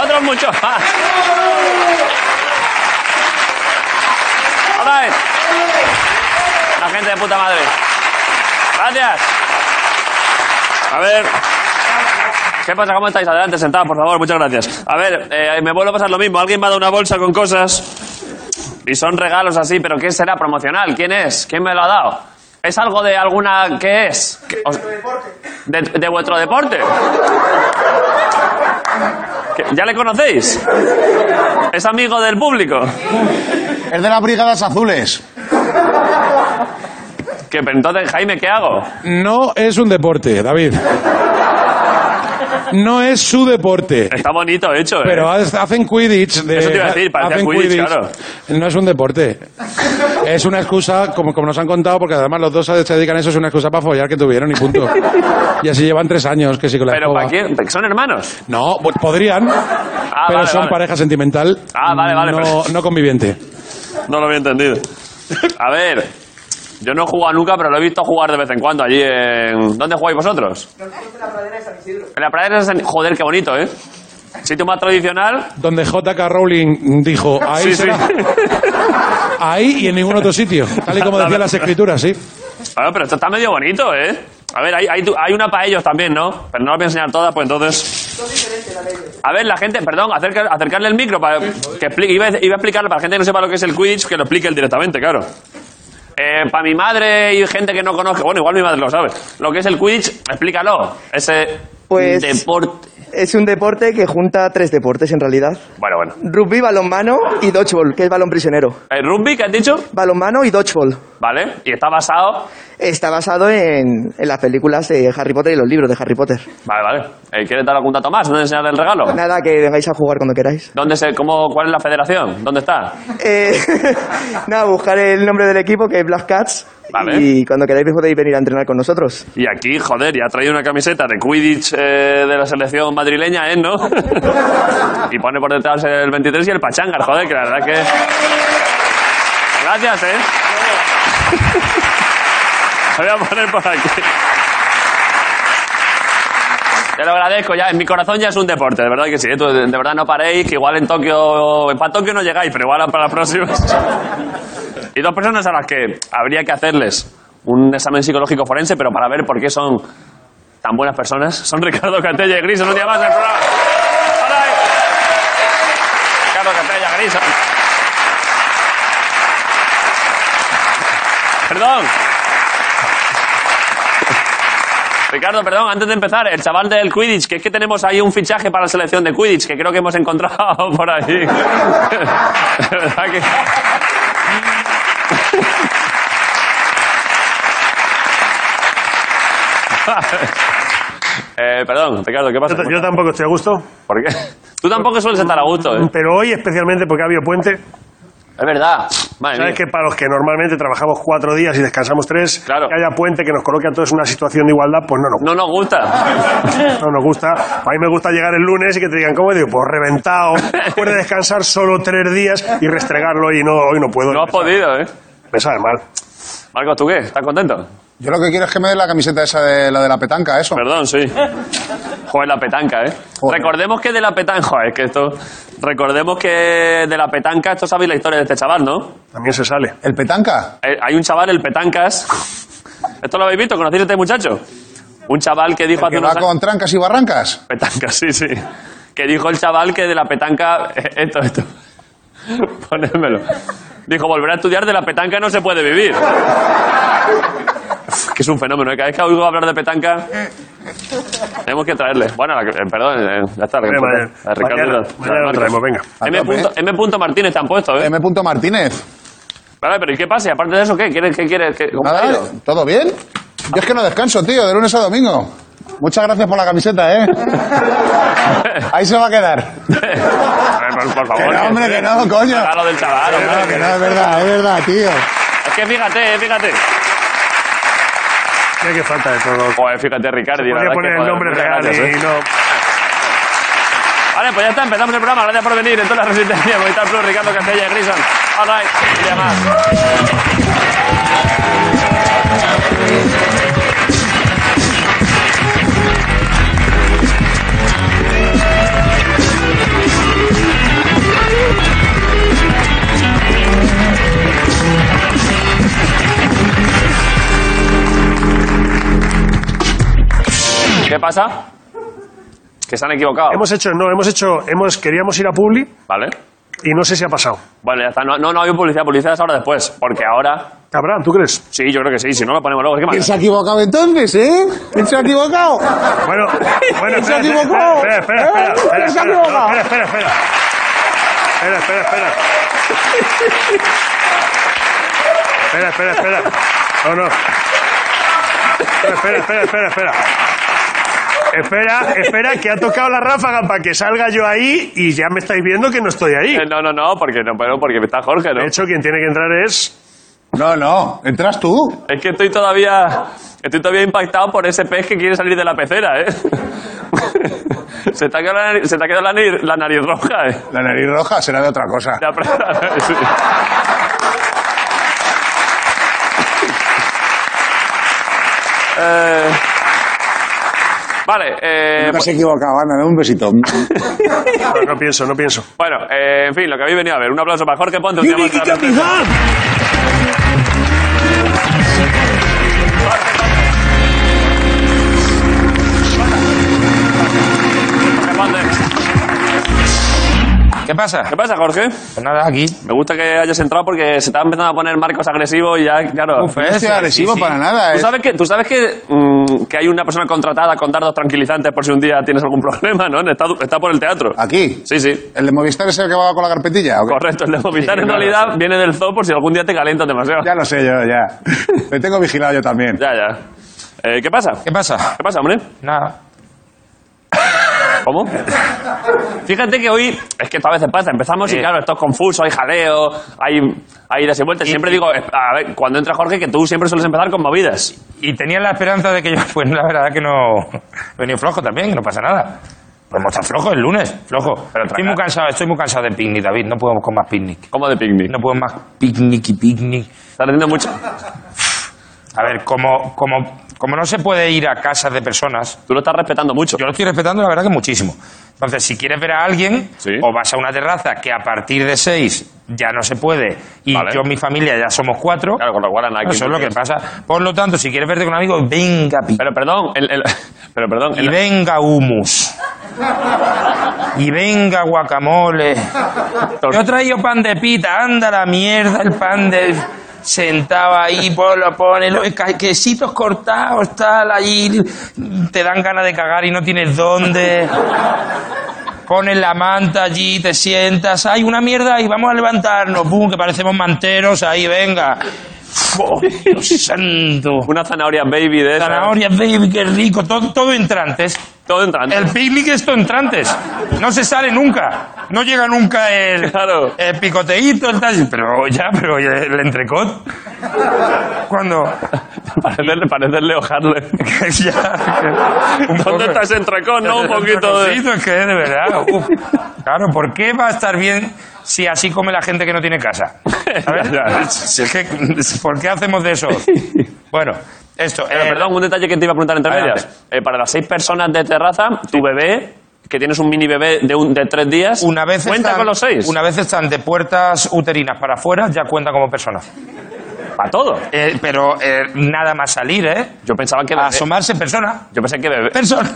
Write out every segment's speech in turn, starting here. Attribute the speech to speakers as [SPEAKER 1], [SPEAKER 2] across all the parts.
[SPEAKER 1] capaz. Otra vez. eh. La gente de puta madre. Gracias. A ver. ¿Qué pasa? ¿Cómo estáis? Adelante, sentados, por favor. Muchas gracias. A ver, eh, me vuelve a pasar lo mismo. Alguien me ha dado una bolsa con cosas y son regalos así, pero ¿qué será? ¿Promocional? ¿Quién es? ¿Quién me lo ha dado? ¿Es algo de alguna... ¿Qué es? ¿Qué- os- de, de vuestro deporte. ¿Qué- ¿Ya le conocéis? ¿Es amigo del público?
[SPEAKER 2] Es de las Brigadas Azules.
[SPEAKER 1] Que, pero entonces, Jaime, ¿qué hago?
[SPEAKER 3] No es un deporte, David. No es su deporte.
[SPEAKER 1] Está bonito hecho, ¿eh?
[SPEAKER 3] Pero haz- hacen Quidditch. de-
[SPEAKER 1] Eso te iba a decir, parecía
[SPEAKER 3] hacen
[SPEAKER 1] Quidditch, claro.
[SPEAKER 3] No es un deporte. Es una excusa, como, como nos han contado, porque además los dos se dedican a eso, es una excusa para follar que tuvieron y punto. Y así llevan tres años, que sí con la
[SPEAKER 1] Pero
[SPEAKER 3] escoba.
[SPEAKER 1] ¿para quién? ¿Son hermanos?
[SPEAKER 3] No, pues podrían, pero
[SPEAKER 1] vale,
[SPEAKER 3] son
[SPEAKER 1] vale.
[SPEAKER 3] pareja sentimental.
[SPEAKER 1] Ah, vale, vale,
[SPEAKER 3] No,
[SPEAKER 1] pero-
[SPEAKER 3] no conviviente.
[SPEAKER 1] No lo había entendido. A ver, yo no he jugado nunca, pero lo he visto jugar de vez en cuando allí en... ¿Dónde jugáis vosotros? En la pradera de San Isidro. Joder, qué bonito, ¿eh? Sitio más tradicional.
[SPEAKER 3] Donde J.K. Rowling dijo, ahí
[SPEAKER 1] Sí,
[SPEAKER 3] será.
[SPEAKER 1] sí.
[SPEAKER 3] Ahí y en ningún otro sitio. Tal y como decían las escrituras, sí.
[SPEAKER 1] Bueno, pero esto está medio bonito, ¿eh? A ver, hay, hay, tu- hay una para ellos también, ¿no? Pero no la voy a enseñar todas, pues entonces... A ver, la gente, perdón, acerca- acercarle el micro para que explique- iba, a dec- iba a explicarlo para la gente que no sepa lo que es el Quidditch, que lo explique él directamente, claro. Eh, para mi madre y gente que no conozco, bueno, igual mi madre lo sabe. Lo que es el Quidditch, explícalo. Ese
[SPEAKER 4] Pues-
[SPEAKER 1] deporte.
[SPEAKER 4] Es un deporte que junta tres deportes en realidad.
[SPEAKER 1] Bueno, bueno.
[SPEAKER 4] Rugby, balonmano y dodgeball, que es balón prisionero.
[SPEAKER 1] ¿El rugby que has dicho?
[SPEAKER 4] Balonmano y dodgeball.
[SPEAKER 1] Vale. Y está basado.
[SPEAKER 4] Está basado en, en las películas de Harry Potter y los libros de Harry Potter.
[SPEAKER 1] Vale, vale. Eh, ¿Quieres dar algún dato más? ¿Dónde enseñar el regalo?
[SPEAKER 4] Nada, que vengáis a jugar cuando queráis.
[SPEAKER 1] ¿Dónde se, cómo, ¿Cuál es la federación? ¿Dónde está?
[SPEAKER 4] Eh, nada, buscar el nombre del equipo, que es Black Cats.
[SPEAKER 1] Vale.
[SPEAKER 4] Y cuando queráis pues, podéis venir a entrenar con nosotros.
[SPEAKER 1] Y aquí, joder, ya ha traído una camiseta de Quidditch eh, de la selección madrileña, ¿eh? ¿No? y pone por detrás el 23 y el Pachangar, joder, que la verdad que. Gracias, ¿eh? Lo voy a poner por aquí. Te lo agradezco, ya. En mi corazón ya es un deporte, de verdad que sí. ¿eh? Tú, de de verdad no paréis, que igual en Tokio. Para Tokio no llegáis, pero igual para las próximas. y dos personas a las que habría que hacerles un examen psicológico forense, pero para ver por qué son tan buenas personas, son Ricardo Catella y Gris. Un día más en el programa. ¡Hola! Ricardo Catella, Gris. Perdón. Ricardo, perdón, antes de empezar, el chaval del Quidditch, que es que tenemos ahí un fichaje para la selección de Quidditch, que creo que hemos encontrado por ahí. De verdad que... Eh, perdón, Ricardo, ¿qué pasa?
[SPEAKER 5] Yo, t- yo tampoco estoy a gusto,
[SPEAKER 1] ¿Por qué? Tú tampoco sueles estar a gusto, ¿eh?
[SPEAKER 5] pero hoy especialmente porque ha habido puente.
[SPEAKER 1] Es verdad. Madre mía.
[SPEAKER 5] Sabes que para los que normalmente trabajamos cuatro días y descansamos tres,
[SPEAKER 1] Claro.
[SPEAKER 5] que haya puente que nos coloque a todos en una situación de igualdad, pues no, no,
[SPEAKER 1] No nos gusta.
[SPEAKER 5] no nos gusta. A mí me gusta llegar el lunes y que te digan, ¿cómo? Y digo, pues reventado, puede descansar solo tres días y restregarlo y no, hoy no puedo.
[SPEAKER 1] No has podido, ¿eh?
[SPEAKER 5] Me sabe mal.
[SPEAKER 1] Marcos, ¿tú qué? ¿Estás contento?
[SPEAKER 2] Yo lo que quiero es que me dé la camiseta esa de la de la petanca, eso.
[SPEAKER 1] Perdón, sí. Joder, la petanca, ¿eh?
[SPEAKER 2] Joder.
[SPEAKER 1] Recordemos que de la petanca... Joder, que esto... Recordemos que de la petanca... Esto sabéis la historia de este chaval, ¿no?
[SPEAKER 5] También se sale.
[SPEAKER 2] ¿El petanca?
[SPEAKER 1] Eh, Hay un chaval, el petancas... ¿Esto lo habéis visto? ¿Conocéis a este muchacho? Un chaval que dijo hace
[SPEAKER 2] ¿Que
[SPEAKER 1] unos
[SPEAKER 2] va
[SPEAKER 1] años...
[SPEAKER 2] con trancas y barrancas?
[SPEAKER 1] Petanca, sí, sí. Que dijo el chaval que de la petanca... eh, Esto, esto. Ponémelo. Dijo, volver a estudiar de la petanca no se puede vivir. Uf, Que es un fenómeno, ¿eh? cada vez que oigo hablar de petanca... Tenemos que traerle. Bueno, la que- eh, perdón, eh, ya está. la que-
[SPEAKER 5] Eh, vale.
[SPEAKER 1] la de Ricardo y
[SPEAKER 5] Mañana-
[SPEAKER 1] la- la de
[SPEAKER 5] mañana lo
[SPEAKER 1] Marcos.
[SPEAKER 5] traemos, venga.
[SPEAKER 2] A
[SPEAKER 1] M.
[SPEAKER 2] tope,
[SPEAKER 1] punto- M. punto Martínez te han puesto, ¿eh?
[SPEAKER 2] M. Martínez.
[SPEAKER 1] Vale, pero ¿y qué pasa? Y aparte de eso, ¿qué quieres? ¿Qué quieres? ¿Qué- cómo te ha
[SPEAKER 2] Nada, eh,
[SPEAKER 1] ido?
[SPEAKER 2] ¿todo bien? Yo es que no descanso, tío, de lunes a domingo. Muchas gracias por la camiseta, ¿eh? Ahí se va a quedar.
[SPEAKER 1] A ver, por, por favor.
[SPEAKER 2] Que no, hombre, que no, coño.
[SPEAKER 1] Regalo del chaval,
[SPEAKER 2] Que no,
[SPEAKER 1] hombre.
[SPEAKER 2] que no, es verdad, es verdad, tío.
[SPEAKER 1] Es que fíjate, eh, fíjate.
[SPEAKER 5] Ya que falta de todo.
[SPEAKER 1] Joder, fíjate, Ricardo.
[SPEAKER 5] Voy a poner el nombre real ¿eh?
[SPEAKER 1] ¿eh?
[SPEAKER 5] y no...
[SPEAKER 1] Vale, pues ya está, empezamos el programa. Gracias por venir. En toda la resistencia, Movistar Plus, Ricardo Castella y Grison. All right, un día más. ¿Qué pasa? Que se han equivocado.
[SPEAKER 5] Hemos hecho, no, hemos hecho, hemos, queríamos ir a Publi
[SPEAKER 1] Vale.
[SPEAKER 5] y no sé si ha pasado.
[SPEAKER 1] Vale, ya está. No, no, no hay publicidad. Publicidad es ahora después. Porque ahora.
[SPEAKER 5] Cabrón, ¿tú crees?
[SPEAKER 1] Sí, yo creo que sí. Si no, lo ponemos luego. ¿Qué
[SPEAKER 2] ¿Quién
[SPEAKER 1] más?
[SPEAKER 2] se ha equivocado entonces, eh? ¿Quién se ha equivocado?
[SPEAKER 5] Bueno, bueno,
[SPEAKER 2] Se ha
[SPEAKER 5] espera, espera,
[SPEAKER 2] equivocado.
[SPEAKER 5] espera, espera,
[SPEAKER 2] Eh,
[SPEAKER 5] espera, espera,
[SPEAKER 2] se ha
[SPEAKER 5] espera,
[SPEAKER 2] equivocado.
[SPEAKER 5] no, espera, espera, espera. Espera, espera, espera. Espera, espera, espera. No, no. Espera, espera, espera, espera, espera. Espera, espera, que ha tocado la ráfaga para que salga yo ahí y ya me estáis viendo que no estoy ahí.
[SPEAKER 1] Eh, No, no, no, porque no, pero porque está Jorge, ¿no?
[SPEAKER 5] De hecho, quien tiene que entrar es...
[SPEAKER 2] No, no, entras tú.
[SPEAKER 1] Es que estoy todavía. Estoy todavía impactado por ese pez que quiere salir de la pecera, ¿eh? se te ha quedado la, nariz- se te ha quedado la, nariz- la nariz roja, ¿eh?
[SPEAKER 2] La nariz roja será de otra cosa.
[SPEAKER 1] Ya, pero- sí. Eh, vale, eh,
[SPEAKER 2] Nunca se ha equivocado, Ana, dame un besito.
[SPEAKER 5] No, no pienso, no pienso.
[SPEAKER 1] bueno, eh, en fin, lo que habéis venido a ver. Un aplauso para Jorge Ponte. un día más para la pecera. Jorge Ponte.
[SPEAKER 6] ¿Qué pasa?
[SPEAKER 1] ¿Qué pasa, Jorge?
[SPEAKER 6] Pues nada, aquí.
[SPEAKER 1] Me gusta que hayas entrado porque se te ha empezado a poner marcos agresivos y ya, claro.
[SPEAKER 6] Uf,
[SPEAKER 2] No estoy
[SPEAKER 6] Eso,
[SPEAKER 2] agresivo
[SPEAKER 6] sí, sí.
[SPEAKER 2] para nada,
[SPEAKER 1] ¿Tú
[SPEAKER 2] eh.
[SPEAKER 1] sabes que, tú sabes que, mm, que hay una persona contratada con dardos tranquilizantes por si un día tienes algún problema, ¿no? Está, está por el teatro.
[SPEAKER 2] ¿Aquí?
[SPEAKER 1] Sí, sí.
[SPEAKER 2] ¿El de Movistar es el que va con la carpetilla? ¿o qué?
[SPEAKER 1] Correcto, el de vomitar en realidad viene del zoo por si algún día te calientas demasiado.
[SPEAKER 2] Ya lo sé yo, ya. Me tengo vigilado yo también.
[SPEAKER 1] ya. ya. Eh, ¿Qué pasa?
[SPEAKER 6] ¿Qué pasa?
[SPEAKER 1] ¿Qué pasa, hombre?
[SPEAKER 6] Nada.
[SPEAKER 1] ¿Cómo? Fíjate que hoy, es que esto a veces pasa, empezamos y claro, esto es confuso, hay jaleo, hay, hay desenvueltas. Siempre digo, eh, a ver, cuando entra Jorge, que tú siempre sueles empezar con movidas.
[SPEAKER 6] Y tenía la esperanza de que yo, pues la verdad que no. He venido flojo también, que no pasa nada. Podemos estar flojos el lunes, flojo.
[SPEAKER 1] Pero
[SPEAKER 6] estoy
[SPEAKER 1] tragar.
[SPEAKER 6] muy cansado, estoy muy cansado de picnic, David. No puedo con más picnic.
[SPEAKER 1] Como de picnic.
[SPEAKER 6] No puedo más picnic y picnic.
[SPEAKER 1] Estás haciendo mucho.
[SPEAKER 6] A ver, como, como, como no se puede ir a casas de personas,
[SPEAKER 1] Tú lo estás respetando mucho.
[SPEAKER 6] yo lo estoy respetando la verdad que muchísimo. Entonces, si quieres ver a alguien,
[SPEAKER 1] Sí.
[SPEAKER 6] o vas a una terraza que a partir de seis ya no se puede, y
[SPEAKER 1] Vale.
[SPEAKER 6] yo, mi familia, ya somos cuatro,
[SPEAKER 1] Claro, con lo cual Ana, aquí-
[SPEAKER 6] eso es lo que pasa. Por lo tanto, si quieres verte con un amigo, venga picnic.
[SPEAKER 1] Pero perdón, el- el- pero perdón,
[SPEAKER 6] Y
[SPEAKER 1] el-
[SPEAKER 6] venga humus. Y venga guacamole. Yo he traído pan de pita, anda la mierda, el pan de... Sentaba ahí, pues ponlo, ponelo, ca- quesitos cortados, tal, allí te dan ganas de cagar y no tienes dónde. Pones la manta allí, te sientas, hay una mierda y vamos a levantarnos, pum, que parecemos manteros, ahí, venga. Uf, Dios santo.
[SPEAKER 1] una zanahoria baby de esas.
[SPEAKER 6] Zanahorias, baby, qué rico, todo, todo entrantes.
[SPEAKER 1] Todo entrante.
[SPEAKER 6] El picnic es todo entrantes. No se sale nunca. No llega nunca el,
[SPEAKER 1] Claro.
[SPEAKER 6] el picoteíto, el tal. Pero ya, pero oye, el entrecot. Cuando.
[SPEAKER 1] Parecerle, parecerle ojarle.
[SPEAKER 6] ya, un poco-
[SPEAKER 1] ¿Dónde está ese entrecón? No, un poquito de...
[SPEAKER 6] Entrecotito, Es que de verdad. uf. Claro, ¿por qué va a estar bien si así come la gente que no tiene casa? ¿Sabes?
[SPEAKER 1] Ya, ya.
[SPEAKER 6] Si es que- ¿Por qué hacemos de eso? Bueno, esto.
[SPEAKER 1] Pero,
[SPEAKER 6] eh,
[SPEAKER 1] perdón, un detalle que te iba a preguntar entre
[SPEAKER 6] Adelante.
[SPEAKER 1] medias. Eh, para las seis personas de terraza, tu bebé, que tienes un mini bebé de, un- de tres días,
[SPEAKER 6] Una vez
[SPEAKER 1] cuenta
[SPEAKER 6] están-
[SPEAKER 1] con los seis.
[SPEAKER 6] Una vez están de puertas uterinas para afuera, ya cuenta como persona.
[SPEAKER 1] Para todo.
[SPEAKER 6] Eh, pero eh, nada más salir, ¿eh?
[SPEAKER 1] Yo pensaba que bebé-
[SPEAKER 6] Asomarse, persona.
[SPEAKER 1] Yo pensé que bebé.
[SPEAKER 6] Persona.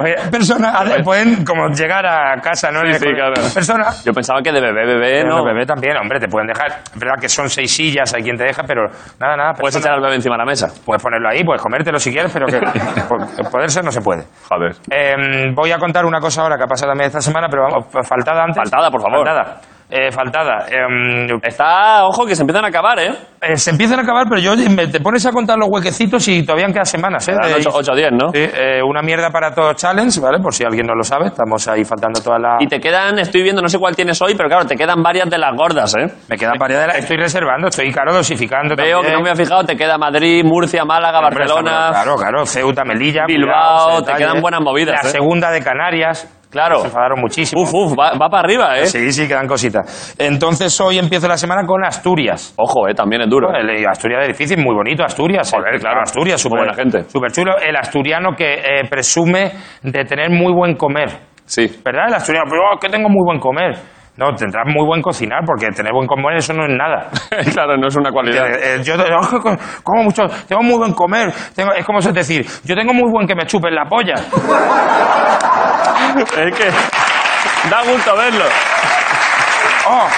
[SPEAKER 6] Oye, Persona, a ver, pueden como llegar a casa, ¿no?
[SPEAKER 1] Ah, Sí,
[SPEAKER 6] En el
[SPEAKER 1] sí,
[SPEAKER 6] cole-
[SPEAKER 1] claro.
[SPEAKER 6] Persona.
[SPEAKER 1] Yo pensaba que de bebé, bebé,
[SPEAKER 6] Pero
[SPEAKER 1] no.
[SPEAKER 6] los bebés también, hombre, te pueden dejar. Es verdad que son seis sillas, hay quien te deja, pero nada, nada.
[SPEAKER 1] Puedes
[SPEAKER 6] persona.
[SPEAKER 1] echar al bebé encima de la mesa.
[SPEAKER 6] Puedes ponerlo ahí, puedes comértelo si quieres, pero que po- poderse no se puede.
[SPEAKER 1] Joder.
[SPEAKER 6] Eh, voy a contar una cosa ahora que ha pasado también esta semana, pero vamos, fa- faltada antes.
[SPEAKER 1] Faltada, por favor.
[SPEAKER 6] Faltada. Eh, faltada. Eh,
[SPEAKER 1] Está, ojo, que se empiezan a acabar, ¿eh?
[SPEAKER 6] eh, se empiezan a acabar, pero yo me- te pones a contar los huequecitos y todavía quedan semanas. ¿eh?
[SPEAKER 1] Quedan
[SPEAKER 6] De-
[SPEAKER 1] ocho- ocho o diez, ¿no?
[SPEAKER 6] Sí, eh, una mierda para todos challenge, ¿vale? Por si alguien no lo sabe, estamos ahí faltando toda la.
[SPEAKER 1] Y te quedan, estoy viendo, no sé cuál tienes hoy, pero claro, te quedan varias de las gordas, ¿eh?
[SPEAKER 6] Me quedan varias de las. Estoy reservando, estoy caro dosificando.
[SPEAKER 1] Veo que
[SPEAKER 6] también.
[SPEAKER 1] no me he fijado, te queda Madrid, Murcia, Málaga,
[SPEAKER 6] Hombre,
[SPEAKER 1] Barcelona.
[SPEAKER 6] estamos- Claro, claro, Ceuta, Melilla.
[SPEAKER 1] Bilbao,
[SPEAKER 6] cuidado, ese
[SPEAKER 1] te
[SPEAKER 6] detalle.
[SPEAKER 1] quedan buenas movidas,
[SPEAKER 6] La
[SPEAKER 1] ¿eh?
[SPEAKER 6] segunda de Canarias.
[SPEAKER 1] Claro.
[SPEAKER 6] Se enfadaron muchísimo.
[SPEAKER 1] Uf, uf, va, va para arriba, ¿eh?
[SPEAKER 6] Sí, sí, quedan cositas. Entonces hoy empiezo la semana con Asturias.
[SPEAKER 1] Ojo, ¿eh? También es duro.
[SPEAKER 6] Bueno, Pues, el- Asturias es difícil, muy bonito Asturias.
[SPEAKER 1] Joder, claro.
[SPEAKER 6] Asturias,
[SPEAKER 1] Muy
[SPEAKER 6] súper
[SPEAKER 1] buena gente.
[SPEAKER 6] Súper chulo. El asturiano que eh, presume de tener muy buen comer.
[SPEAKER 1] Sí.
[SPEAKER 6] ¿Verdad? El asturiano, pero oh, que tengo muy buen comer. No, tendrás muy buen cocinar, porque tener buen comer eso no es nada.
[SPEAKER 1] claro, no es una cualidad.
[SPEAKER 6] Eh, eh, yo yo co- como mucho, tengo muy buen comer. Tengo- es como es decir, yo tengo muy buen que me chupen la polla.
[SPEAKER 1] Es que da gusto verlo.
[SPEAKER 6] Oh.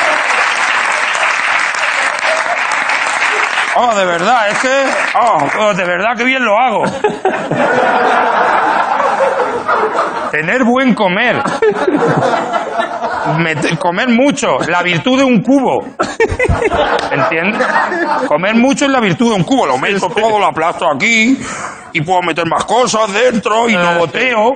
[SPEAKER 6] Oh, de verdad, es que. Oh, oh, de verdad que bien lo hago. Tener buen comer. Met- comer mucho. La virtud de un cubo. ¿Entiendes? Comer mucho es la virtud de un cubo. Lo meto todo, lo aplasto aquí. Y puedo meter más cosas dentro y no boteo.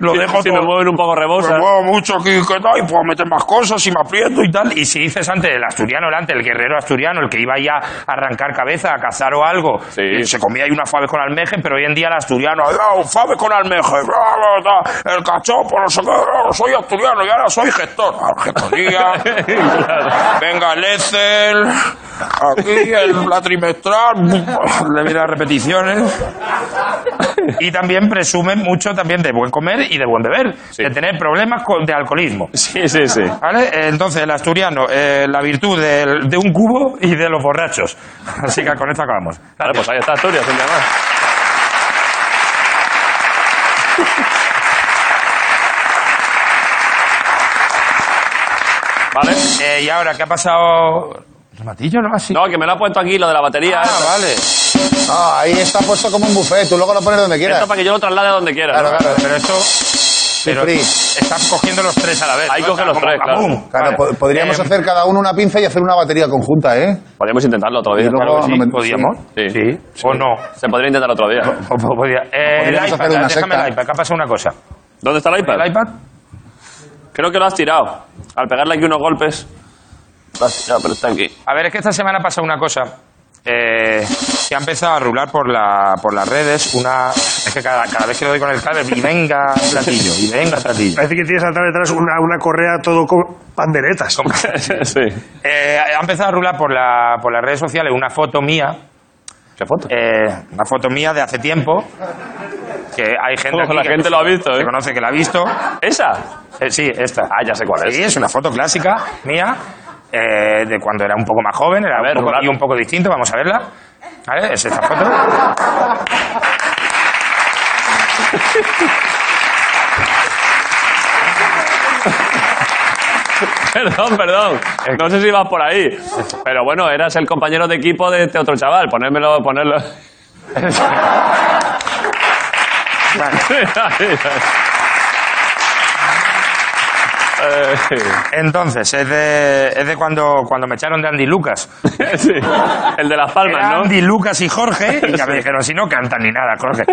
[SPEAKER 6] Lo dejo
[SPEAKER 1] si
[SPEAKER 6] todo.
[SPEAKER 1] me mueven un poco rebosa.
[SPEAKER 6] Pues muevo mucho aquí, ¿qué tal? Y puedo meter más cosas y me aprieto y tal. Y si dices antes el asturiano, el antes, el guerrero asturiano, el que iba ya a arrancar cabeza, a cazar o algo,
[SPEAKER 1] Sí.
[SPEAKER 6] y se comía ahí unas faves con almejes, pero hoy en día el asturiano, "Ah, faves con almejes, bla, bla, bla, el cachopo, no sé qué, bla, soy asturiano y ahora soy gestor. Ah, Gestoría, venga el Excel, aquí el- la trimestral, le vienen las repeticiones. Y también presumen mucho también de buen comer y de buen beber, de tener problemas con- de alcoholismo.
[SPEAKER 1] Sí, sí, sí.
[SPEAKER 6] ¿Vale? Eh, Entonces, el asturiano, eh, la virtud del- de, un cubo y de los borrachos. Así que con esto acabamos.
[SPEAKER 1] Vale, pues ahí está Asturias, un día más. Vale.
[SPEAKER 6] Eh, y ahora, ¿qué ha pasado? ¿Rematillo no? Así.
[SPEAKER 1] No, que me lo ha puesto aquí lo de la batería. ¿eh?
[SPEAKER 6] Ah,
[SPEAKER 1] esta.
[SPEAKER 6] vale.
[SPEAKER 2] No, Ah, ahí está puesto como un buffet. Tú luego lo pones donde
[SPEAKER 1] Esto
[SPEAKER 2] quieras.
[SPEAKER 1] para que yo lo traslade a donde quiera.
[SPEAKER 2] Claro,
[SPEAKER 1] ¿no?
[SPEAKER 2] claro.
[SPEAKER 6] Pero eso. Pero
[SPEAKER 2] free.
[SPEAKER 6] estás cogiendo los tres a la vez.
[SPEAKER 1] Ahí
[SPEAKER 6] ¿no?
[SPEAKER 1] coge los
[SPEAKER 6] Como-
[SPEAKER 1] tres, claro.
[SPEAKER 6] ¡pum!
[SPEAKER 2] Claro,
[SPEAKER 6] Vale.
[SPEAKER 2] po- podríamos
[SPEAKER 6] Eh,
[SPEAKER 2] hacer cada uno una pinza y hacer una batería conjunta, ¿eh?
[SPEAKER 1] Podríamos intentarlo otro día.
[SPEAKER 2] Y luego-
[SPEAKER 1] claro que sí.
[SPEAKER 2] no me-
[SPEAKER 6] ¿Podíamos?
[SPEAKER 1] Sí.
[SPEAKER 6] ¿O no?
[SPEAKER 1] Se podría intentar otro día.
[SPEAKER 6] O po- podía- eh, el
[SPEAKER 2] Podríamos
[SPEAKER 6] iPad,
[SPEAKER 2] hacer una
[SPEAKER 6] déjame
[SPEAKER 2] secta.
[SPEAKER 6] el iPad, que ha pasado una cosa.
[SPEAKER 1] ¿Dónde está el
[SPEAKER 6] ¿El
[SPEAKER 1] iPad?
[SPEAKER 6] iPad?
[SPEAKER 1] Creo que lo has tirado. Al pegarle aquí unos golpes. Lo has tirado, pero está aquí.
[SPEAKER 6] A ver, es que esta semana ha pasado una cosa. eh, que ha empezado a rular por, la, por las redes una... Es que cada, cada vez que lo doy con el cable, y venga platillo, y venga platillo.
[SPEAKER 5] Parece que tienes atrás detrás una, una correa todo con panderetas.
[SPEAKER 1] sí.
[SPEAKER 6] Eh, ha empezado a rular por, la, por las redes sociales una foto mía,
[SPEAKER 1] ¿Qué foto?
[SPEAKER 6] eh, una foto mía de hace tiempo, que hay Oh, gente
[SPEAKER 1] Ojo,
[SPEAKER 6] aquí
[SPEAKER 1] la
[SPEAKER 6] que
[SPEAKER 1] gente lo ha visto,
[SPEAKER 6] que
[SPEAKER 1] ¿eh?
[SPEAKER 6] conoce que la ha visto.
[SPEAKER 1] ¿Esa?
[SPEAKER 6] Eh, sí, esta.
[SPEAKER 1] Ah, ya sé cuál es.
[SPEAKER 6] Sí, es una foto clásica mía, eh, de cuando era un poco más joven, era
[SPEAKER 1] A ver,
[SPEAKER 6] un poco,
[SPEAKER 1] Rular.
[SPEAKER 6] y un poco distinto, vamos a verla. ¿Vale? Es esta foto.
[SPEAKER 1] Perdón, perdón. No sé si vas por ahí. Pero bueno, eras el compañero de equipo de este otro chaval. Ponérmelo, ponerlo. Eh,
[SPEAKER 6] Entonces, es de, es de cuando, cuando me echaron de Andy Lucas.
[SPEAKER 1] sí. El de las palmas,
[SPEAKER 6] Era
[SPEAKER 1] ¿no?
[SPEAKER 6] Andy Lucas y Jorge, y ya me dijeron, si no cantan ni nada, Jorge.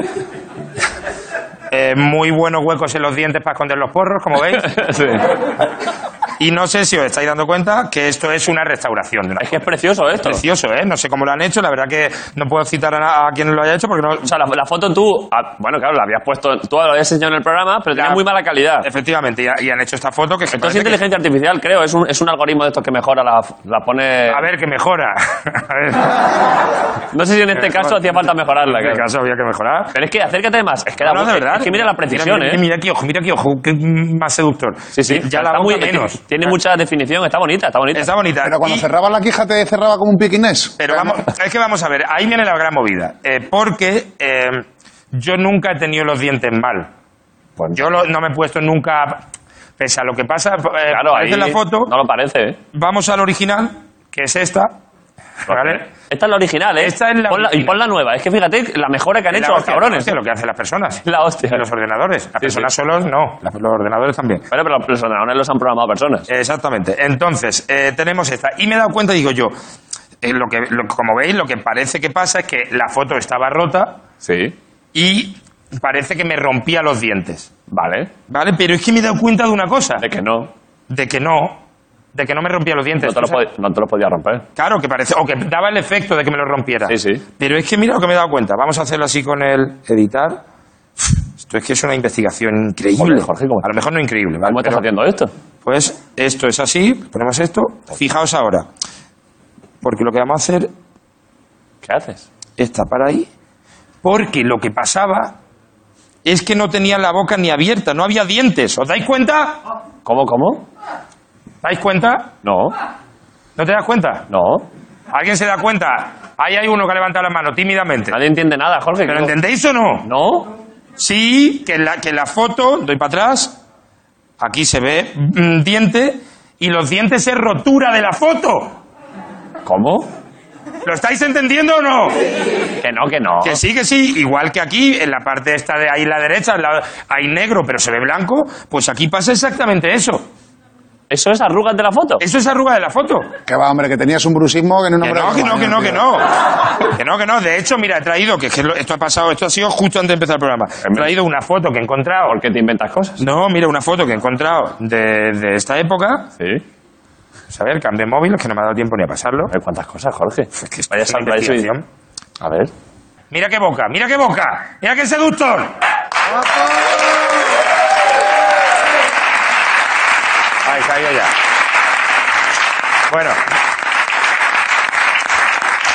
[SPEAKER 6] Eh, muy buenos huecos en los dientes para esconder los porros, como veis.
[SPEAKER 1] Sí.
[SPEAKER 6] Y no sé si os estáis dando cuenta que esto es una restauración. de una
[SPEAKER 1] Es que es precioso esto.
[SPEAKER 6] Precioso, ¿eh? No sé cómo lo han hecho, la verdad que no puedo citar a, na- a quien lo haya hecho porque no...
[SPEAKER 1] O sea, la, la foto tú, ah, bueno, claro, la habías puesto, tú la habías enseñado en el programa, pero tenía
[SPEAKER 6] Ya.
[SPEAKER 1] muy mala calidad.
[SPEAKER 6] Efectivamente, y, ha- y han hecho esta foto que se
[SPEAKER 1] Esto es
[SPEAKER 6] parece que-
[SPEAKER 1] inteligencia artificial, creo. Es un, es un algoritmo de estos que mejora la, la pone.
[SPEAKER 6] A ver, que mejora. A ver,
[SPEAKER 1] no sé si en este caso hacía falta mejorarla.
[SPEAKER 6] Eh, en
[SPEAKER 1] creo.
[SPEAKER 6] este caso había que mejorar.
[SPEAKER 1] Pero es que acércate más. Es que, da
[SPEAKER 6] No, no,
[SPEAKER 1] gusto.
[SPEAKER 6] de verdad.
[SPEAKER 1] Es que mira la precisión,
[SPEAKER 6] mira,
[SPEAKER 1] ¿eh?
[SPEAKER 6] Mira, mira qué ojo, mira qué ojo, qué más seductor.
[SPEAKER 1] sí, sí.
[SPEAKER 6] Ya
[SPEAKER 1] está
[SPEAKER 6] la
[SPEAKER 1] muy-
[SPEAKER 6] boca menos.
[SPEAKER 1] Tiene mucha definición, está bonita, está bonita.
[SPEAKER 6] Está bonita.
[SPEAKER 2] Pero cuando
[SPEAKER 6] Y-
[SPEAKER 2] cerraba la quija te cerraba como un piquinés.
[SPEAKER 6] pero vamos, es que vamos a ver, ahí viene la gran movida. Eh, porque eh, yo nunca he tenido los dientes mal. Yo lo- no me he puesto nunca... Pese a lo que pasa, eh,
[SPEAKER 1] Claro, ahí
[SPEAKER 6] aparece en la foto,
[SPEAKER 1] No lo parece, ¿eh?
[SPEAKER 6] vamos al original, que es esta. ¿Vale?
[SPEAKER 1] Esta es la original, ¿eh?
[SPEAKER 6] Esta es la
[SPEAKER 1] Pon Y
[SPEAKER 6] original.
[SPEAKER 1] pon la nueva. Es que fíjate la mejora que han
[SPEAKER 6] Es la
[SPEAKER 1] hecho los
[SPEAKER 6] hostia,
[SPEAKER 1] cabrones.
[SPEAKER 6] hostia, lo que hacen las personas.
[SPEAKER 1] La hostia.
[SPEAKER 6] Y los ordenadores. Las
[SPEAKER 1] Sí,
[SPEAKER 6] personas solos, no. Las- Los ordenadores también.
[SPEAKER 1] Bueno, pero los ordenadores los han programado personas.
[SPEAKER 6] Exactamente. Entonces, eh, tenemos esta. Y me he dado cuenta, digo yo, eh, lo que, lo- como veis, lo que parece que pasa es que la foto estaba rota
[SPEAKER 1] Sí.
[SPEAKER 6] y parece que me rompía los dientes.
[SPEAKER 1] Vale.
[SPEAKER 6] ¿Vale? Pero es que me he dado cuenta de una cosa,
[SPEAKER 1] Es que no.
[SPEAKER 6] de que no, de que no me rompía los dientes.
[SPEAKER 1] No te lo,
[SPEAKER 6] O sea,
[SPEAKER 1] pod- no te lo podía romper.
[SPEAKER 6] Claro, que parece, o que daba el efecto de que me lo rompiera.
[SPEAKER 1] Sí, sí.
[SPEAKER 6] Pero es que mira lo que me he dado cuenta. Vamos a hacerlo así con el editar. Esto es que es una investigación increíble.
[SPEAKER 1] Joder, Jorge, ¿cómo-
[SPEAKER 6] a lo mejor no increíble, ¿vale?
[SPEAKER 1] ¿Cómo estás
[SPEAKER 6] Pero-
[SPEAKER 1] haciendo esto?
[SPEAKER 6] Pues esto es así, ponemos esto. Fijaos ahora, porque lo que vamos a hacer
[SPEAKER 1] ¿Qué haces?
[SPEAKER 6] es tapar ahí, porque lo que pasaba es que no tenía la boca ni abierta, no había dientes. ¿Os dais cuenta?
[SPEAKER 1] ¿Cómo, cómo?
[SPEAKER 6] ¿Dais cuenta?
[SPEAKER 1] No,
[SPEAKER 6] ¿No te das cuenta?
[SPEAKER 1] no.
[SPEAKER 6] ¿Alguien se da cuenta? Ahí hay uno que ha levantado la mano tímidamente.
[SPEAKER 1] Nadie entiende nada, Jorge.
[SPEAKER 6] ¿Pero
[SPEAKER 1] creo.
[SPEAKER 6] entendéis o no?
[SPEAKER 1] ¿No?
[SPEAKER 6] Sí, que en la, que en la foto, doy para atrás, aquí se ve mm, diente, y los dientes es rotura de la foto.
[SPEAKER 1] ¿Cómo?
[SPEAKER 6] ¿Lo estáis entendiendo o no?
[SPEAKER 1] Que no, que no.
[SPEAKER 6] Que sí, que sí, igual que aquí, en la parte esta de ahí la derecha, en la- hay negro pero se ve blanco, pues aquí pasa exactamente eso.
[SPEAKER 1] ¿Eso es arrugas de la foto?
[SPEAKER 6] Eso es arruga de la foto.
[SPEAKER 2] Que va, hombre, que tenías un brusismo que no
[SPEAKER 6] Que
[SPEAKER 2] nombre
[SPEAKER 6] no, que no, que no, que no. Que no, que no. De hecho, mira, he traído, que es que lo- esto ha pasado, esto ha sido justo antes de empezar el programa. He traído una foto que he encontrado.
[SPEAKER 1] ¿Por qué te inventas cosas?
[SPEAKER 6] No, mira, una foto que he encontrado de, de esta época.
[SPEAKER 1] Sí.
[SPEAKER 6] Pues a ver, cambié de móvil, que no me ha dado tiempo ni a pasarlo.
[SPEAKER 1] Hay cuántas cosas, Jorge.
[SPEAKER 6] que esto
[SPEAKER 1] Vaya
[SPEAKER 6] es una
[SPEAKER 1] salva eso y-
[SPEAKER 6] investigación.
[SPEAKER 1] A ver.
[SPEAKER 6] Mira qué boca, mira qué boca, mira qué seductor. Ahí cayó ya. Bueno.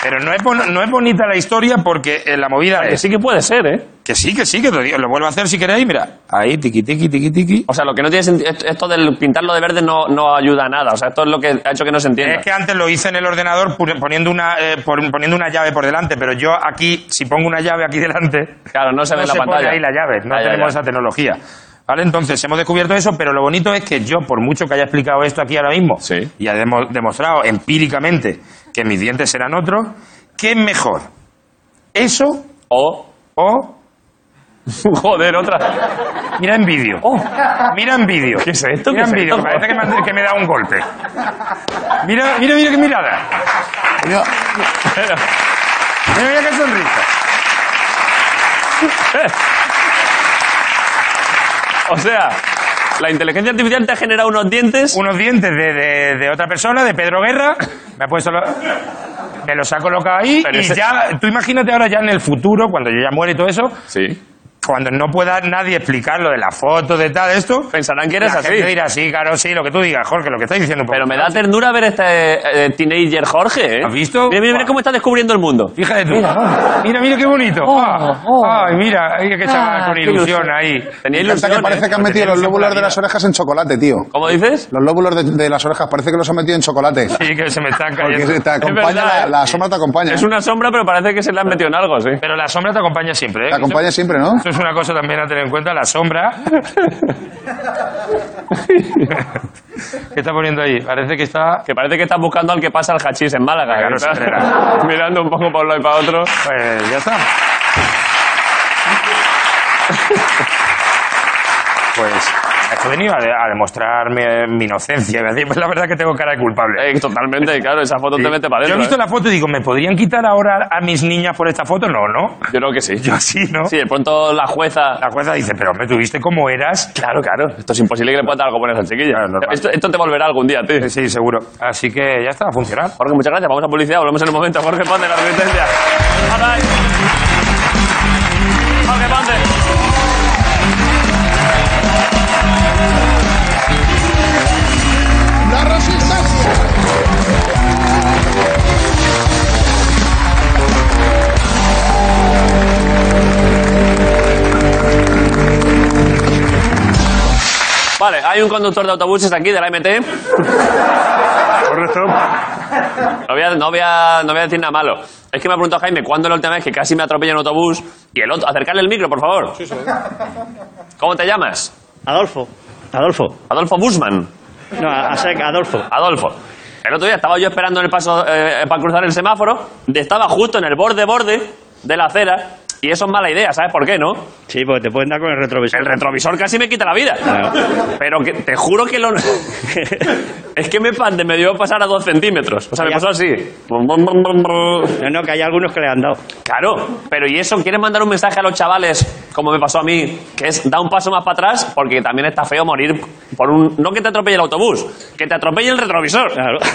[SPEAKER 6] Pero no es, bon- no es bonita la historia porque eh, la movida
[SPEAKER 1] Que
[SPEAKER 6] es...
[SPEAKER 1] sí que puede ser, ¿eh?
[SPEAKER 6] Que sí, que sí, que lo, digo, lo vuelvo a hacer si queréis, mira. Ahí, tiqui, tiqui, tiqui, tiqui.
[SPEAKER 1] O sea, lo que no tiene sentido. Esto esto del pintarlo de verde no, no ayuda a nada. O sea, esto es lo que ha hecho que no se entienda.
[SPEAKER 6] Es que antes lo hice en el ordenador pu- poniendo una, eh, por- poniendo una llave por delante, pero yo aquí, si pongo una llave aquí delante,
[SPEAKER 1] Claro, no se
[SPEAKER 6] no
[SPEAKER 1] ve en la
[SPEAKER 6] se
[SPEAKER 1] pantalla.
[SPEAKER 6] pone ahí la llave, no
[SPEAKER 1] Ah, ya,
[SPEAKER 6] tenemos
[SPEAKER 1] ya.
[SPEAKER 6] esa tecnología. ¿Vale? Entonces, hemos descubierto eso, pero lo bonito es que yo, por mucho que haya explicado esto aquí ahora mismo,
[SPEAKER 1] Sí.
[SPEAKER 6] y ha demo- demostrado empíricamente que mis dientes eran otros, ¿qué es mejor? ¿Eso
[SPEAKER 1] O.
[SPEAKER 6] o...?
[SPEAKER 1] Joder, otra.
[SPEAKER 6] Mira en vídeo.
[SPEAKER 1] Oh.
[SPEAKER 6] Mira en vídeo.
[SPEAKER 1] ¿Qué es esto?
[SPEAKER 6] Mira
[SPEAKER 1] ¿Qué
[SPEAKER 6] en
[SPEAKER 1] es
[SPEAKER 6] vídeo,
[SPEAKER 1] esto?
[SPEAKER 6] que parece que me, han- que me da un golpe. Mira, mira, mira qué mirada. Mira, mira qué sonrisa.
[SPEAKER 1] O sea, la inteligencia artificial te ha generado unos dientes.
[SPEAKER 6] unos dientes de, de- de otra persona, de Pedro Guerra, me ha puesto lo- me los ha colocado ahí
[SPEAKER 1] Pero
[SPEAKER 6] y
[SPEAKER 1] ese-
[SPEAKER 6] ya, tú imagínate ahora ya en el futuro, cuando yo ya muera y todo eso,
[SPEAKER 1] Sí.
[SPEAKER 6] cuando no pueda nadie explicar lo de la foto, de tal, de esto,
[SPEAKER 1] Pensarán que eres
[SPEAKER 6] la
[SPEAKER 1] así.
[SPEAKER 6] gente dirá, sí, claro, sí, lo que tú digas, Jorge, lo que estás diciendo.
[SPEAKER 1] Pero me da
[SPEAKER 6] Jorge".
[SPEAKER 1] ternura ver este eh, teenager Jorge, ¿eh?
[SPEAKER 6] ¿Has visto?
[SPEAKER 1] Mira, mira, mira cómo está descubriendo el mundo.
[SPEAKER 6] Fíjate tú. Mira, mira, qué bonito.
[SPEAKER 2] Oh,
[SPEAKER 6] Ah, Ay, mira, ay, qué chaval
[SPEAKER 1] Ah,
[SPEAKER 6] con
[SPEAKER 1] qué
[SPEAKER 6] ilusión
[SPEAKER 1] ilusión.
[SPEAKER 6] ahí.
[SPEAKER 1] Tenía
[SPEAKER 2] Me encanta
[SPEAKER 1] ilusión,
[SPEAKER 2] que parece
[SPEAKER 1] ¿eh?
[SPEAKER 2] que han metido los
[SPEAKER 6] ilusión por
[SPEAKER 2] lóbulos
[SPEAKER 6] la
[SPEAKER 2] de las
[SPEAKER 6] vida.
[SPEAKER 2] orejas en chocolate, tío.
[SPEAKER 1] ¿Cómo dices?
[SPEAKER 2] Los lóbulos de, de las orejas parece que los han metido en chocolate.
[SPEAKER 6] Sí, que se me están
[SPEAKER 2] Porque
[SPEAKER 6] cayendo.
[SPEAKER 2] se te acompaña,
[SPEAKER 1] verdad,
[SPEAKER 2] la,
[SPEAKER 1] ¿eh?
[SPEAKER 2] la sombra te acompaña.
[SPEAKER 1] Es
[SPEAKER 2] ¿eh?
[SPEAKER 1] una sombra, pero parece que se le han metido en algo, sí.
[SPEAKER 6] Pero la sombra te acompaña siempre, ¿eh?
[SPEAKER 2] Te acompaña siempre, ¿no?
[SPEAKER 6] Eso es una cosa también a tener en cuenta, la sombra. ¿Qué está poniendo ahí? Parece que está.
[SPEAKER 1] Que parece que estás buscando al que pasa el hachís en Málaga.
[SPEAKER 6] Claro,
[SPEAKER 1] que estás
[SPEAKER 6] se entrena.
[SPEAKER 1] mirando un poco para un lado y para otro.
[SPEAKER 6] Pues ya está. Pues a esto venía a, de- a demostrar mi, mi inocencia. Iba a decir, pues la verdad es que tengo cara de culpable.
[SPEAKER 1] Eh, totalmente, claro, esa foto te mete para
[SPEAKER 6] Yo he
[SPEAKER 1] dentro.
[SPEAKER 6] visto
[SPEAKER 1] ¿eh?
[SPEAKER 6] la foto y digo, ¿me podrían quitar ahora a mis niñas por esta foto? No, no.
[SPEAKER 1] ¿eh? Yo creo que sí.
[SPEAKER 6] Yo sí, ¿no?
[SPEAKER 1] Sí, de pronto la jueza.
[SPEAKER 6] La jueza dice, pero hombre, ¿tú viste cómo eras? Claro, claro.
[SPEAKER 1] Esto es imposible que le pueda dar algo bueno a esa chiquilla.
[SPEAKER 6] Claro, normal.
[SPEAKER 1] esto, esto te volverá algún día, tío.
[SPEAKER 6] Sí, seguro. Así que ya está, a funcionar.
[SPEAKER 1] Jorge, muchas gracias. Vamos a publicidad. Volvemos en un momento. Jorge Ponte, la resistencia. All right. Jorge Ponte.
[SPEAKER 2] ¡La resistencia!
[SPEAKER 1] Vale, hay un conductor de autobuses aquí, de la MT.
[SPEAKER 5] Correcto.
[SPEAKER 1] No voy, a, no, voy a, no voy a decir nada malo. Es que me ha preguntado Jaime cuándo es la última vez que casi me atropella un autobús y el otro. Acercarle el micro, por favor. ¿Cómo te llamas?
[SPEAKER 7] Adolfo. Adolfo.
[SPEAKER 1] Adolfo Busman.
[SPEAKER 7] No, a, a sec, Adolfo.
[SPEAKER 1] Adolfo. El otro día estaba yo esperando en el paso eh, para cruzar el semáforo, de- estaba justo en el borde-borde de la acera y eso es mala idea, ¿sabes por qué, no?
[SPEAKER 7] Sí, porque te pueden dar con el retrovisor.
[SPEAKER 1] El retrovisor casi me quita la vida.
[SPEAKER 7] Claro.
[SPEAKER 1] Pero que, te juro que lo... es que me, pan- me dio pasar a dos centímetros. O sea, me
[SPEAKER 7] Ya.
[SPEAKER 1] pasó así. Brum, brum, brum, brum, brum.
[SPEAKER 7] No, no, que hay algunos que le han dado.
[SPEAKER 1] Claro, pero ¿y eso? ¿Quieres mandar un mensaje a los chavales, como me pasó a mí, que es da un paso más para atrás? Porque también está feo morir por un... No que te atropelle el autobús, que te atropelle el retrovisor.
[SPEAKER 7] Claro.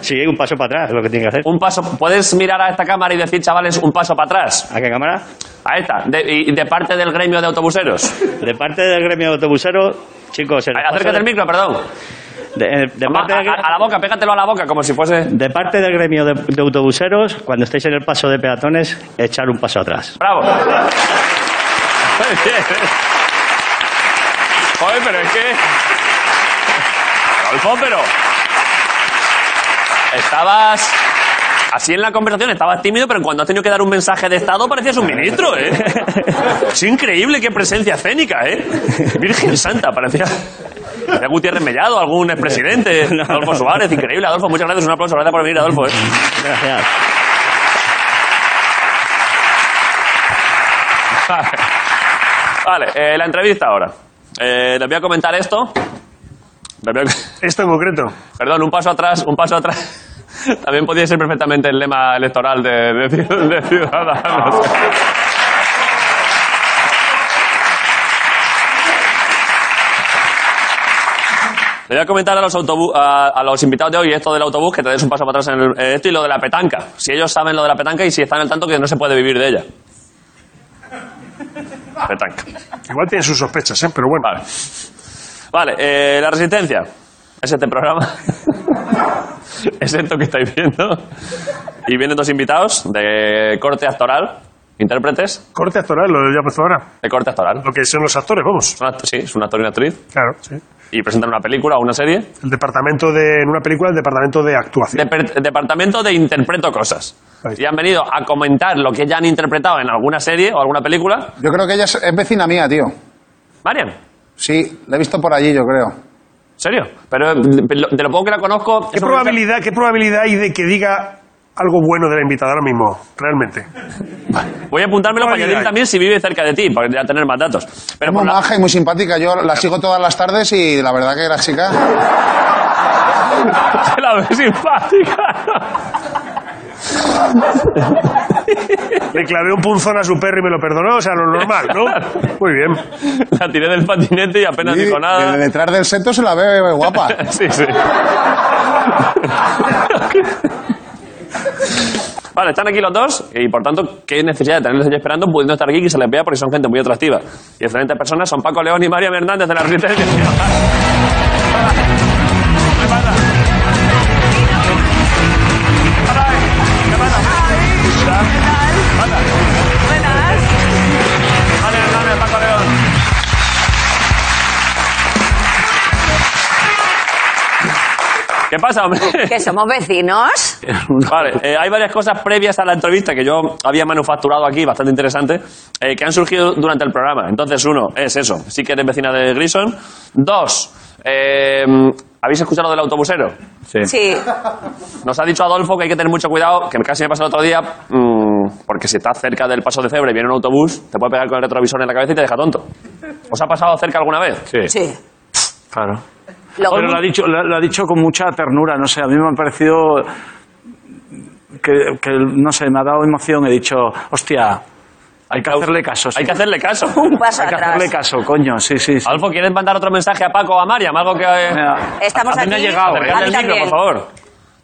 [SPEAKER 7] Sí, un paso para atrás, es lo que tiene que hacer.
[SPEAKER 1] Un paso... ¿Puedes mirar a esta cámara y decir, chavales, un paso para atrás?
[SPEAKER 7] ¿A qué cámara?
[SPEAKER 1] A esta, de, y de parte del gremio de autobuseros.
[SPEAKER 7] De parte del gremio de autobuseros, chicos... en el paso
[SPEAKER 1] Acércate
[SPEAKER 7] de-
[SPEAKER 1] al micro, perdón.
[SPEAKER 7] De, de
[SPEAKER 1] Ma-
[SPEAKER 7] parte
[SPEAKER 1] a,
[SPEAKER 7] del gremio-
[SPEAKER 1] a la boca, pégatelo a la boca, como si fuese...
[SPEAKER 7] de parte del gremio de, de autobuseros, cuando estéis en el paso de peatones, echar un paso atrás.
[SPEAKER 1] Bravo. Muy bien. Joder, pero es que. Adolfo, pero. Estabas. Así en la conversación, estabas tímido, pero cuando has tenido que dar un mensaje de Estado parecías un ministro, ¿eh? Es increíble qué presencia escénica, ¿eh? Virgen Santa, parecía. parecía Gutiérrez Mellado, algún expresidente, Adolfo Suárez, increíble, Adolfo, muchas gracias, un aplauso, gracias por venir, Adolfo. ¿eh?
[SPEAKER 7] Gracias.
[SPEAKER 1] Vale, eh, la entrevista ahora. Eh, les voy a comentar esto. Les voy a-
[SPEAKER 5] Esto en concreto.
[SPEAKER 1] Perdón, un paso atrás, un paso atrás. También podía ser perfectamente el lema electoral de, de Ciu- de Ciudadanos. Le voy a comentar a los, autobu- a, a los invitados de hoy esto del autobús, que te des un paso para atrás en el- en esto y lo de la petanca. Si ellos saben lo de la petanca y si están al tanto que no se puede vivir de ella. Petanca.
[SPEAKER 5] Igual tiene sus sospechas, ¿eh? Pero bueno.
[SPEAKER 1] Vale. Vale, eh, la resistencia. Es este programa. es esto que estáis viendo. Y vienen dos invitados de corte actoral, intérpretes
[SPEAKER 5] Corte actoral, lo llamas ahora.
[SPEAKER 1] de corte actoral.
[SPEAKER 5] Lo que son los actores, vamos.
[SPEAKER 1] Son act- sí, es un actor y una actriz.
[SPEAKER 5] Claro, sí.
[SPEAKER 1] Y presentan una película o una serie.
[SPEAKER 5] El departamento de. En una película, el departamento de actuación.
[SPEAKER 1] Deper- departamento de Interpreto Cosas.
[SPEAKER 5] Ahí está.
[SPEAKER 1] Y han venido a comentar lo que ya han interpretado en alguna serie o alguna película.
[SPEAKER 2] Yo creo que ella es, es vecina mía, tío.
[SPEAKER 1] Marian, ¿en
[SPEAKER 2] Sí, la he visto por allí, yo creo.
[SPEAKER 1] serio? Pero de de lo de lo poco que la conozco...
[SPEAKER 5] ¿Qué
[SPEAKER 1] es una
[SPEAKER 5] probabilidad, ¿Qué probabilidad hay de que diga algo bueno de la invitada ahora mismo? Realmente.
[SPEAKER 1] Voy a apuntármelo para que
[SPEAKER 5] Probabilidad.
[SPEAKER 1] Lin también si vive cerca de ti, para ya tener más datos. Pero
[SPEAKER 2] Es muy
[SPEAKER 1] por la-
[SPEAKER 2] maja y muy simpática. Yo la sigo todas las tardes y la verdad que la chica.
[SPEAKER 1] se la ve simpática.
[SPEAKER 5] Le clavé un punzón a su perro y me lo perdonó, o sea, lo normal, ¿no? Muy bien.
[SPEAKER 1] La tiré del patinete y apenas
[SPEAKER 2] y
[SPEAKER 1] dijo
[SPEAKER 2] de
[SPEAKER 1] nada.
[SPEAKER 2] Detrás del seto se la ve guapa.
[SPEAKER 1] Sí, sí. Vale, están aquí los dos y por tanto, qué necesidad de tenerles allí esperando pudiendo estar aquí y que se les vea porque son gente muy atractiva. Y excelentes personas son Paco León y María Hernández de la Resistencia. ¿Qué pasa? ¿Qué pasa? Anda. Vale, Hernández, Paco León. ¿Qué pasa, hombre?
[SPEAKER 8] Que somos vecinos.
[SPEAKER 1] Vale, eh, hay varias cosas previas a la entrevista que yo había manufacturado aquí, bastante interesante, eh, que han surgido durante el programa. Entonces, uno, es eso, sí que eres vecina de Grison. Dos, eh, ¿habéis escuchado lo del autobusero?
[SPEAKER 8] Sí.
[SPEAKER 1] Nos ha dicho Adolfo que hay que tener mucho cuidado, que casi me pasó el otro día, mm, porque si estás cerca del paso de febre y viene un autobús, te puede pegar con el retrovisor en la cabeza y te deja tonto. ¿Os ha pasado cerca alguna vez?
[SPEAKER 8] Sí.
[SPEAKER 9] Claro.
[SPEAKER 8] Lo-
[SPEAKER 9] Pero lo ha, dicho, lo, ha- lo ha dicho con mucha ternura, no sé, a mí me ha parecido que, que, no sé, me ha dado emoción, he dicho, hostia, hay que hacerle caso. sí.
[SPEAKER 1] Hay que hacerle caso.
[SPEAKER 8] un paso
[SPEAKER 9] Hay que
[SPEAKER 8] atrás.
[SPEAKER 9] hacerle caso, coño, sí, sí. sí.
[SPEAKER 1] Adolfo, ¿quieres mandar otro mensaje a Paco o a Mariam? Algo que... eh,
[SPEAKER 9] Mira,
[SPEAKER 8] Estamos
[SPEAKER 1] A mí me ha
[SPEAKER 8] aquí.
[SPEAKER 1] llegado.
[SPEAKER 8] A
[SPEAKER 1] Acercadle
[SPEAKER 8] mí
[SPEAKER 1] el micro,
[SPEAKER 8] también.
[SPEAKER 1] por favor.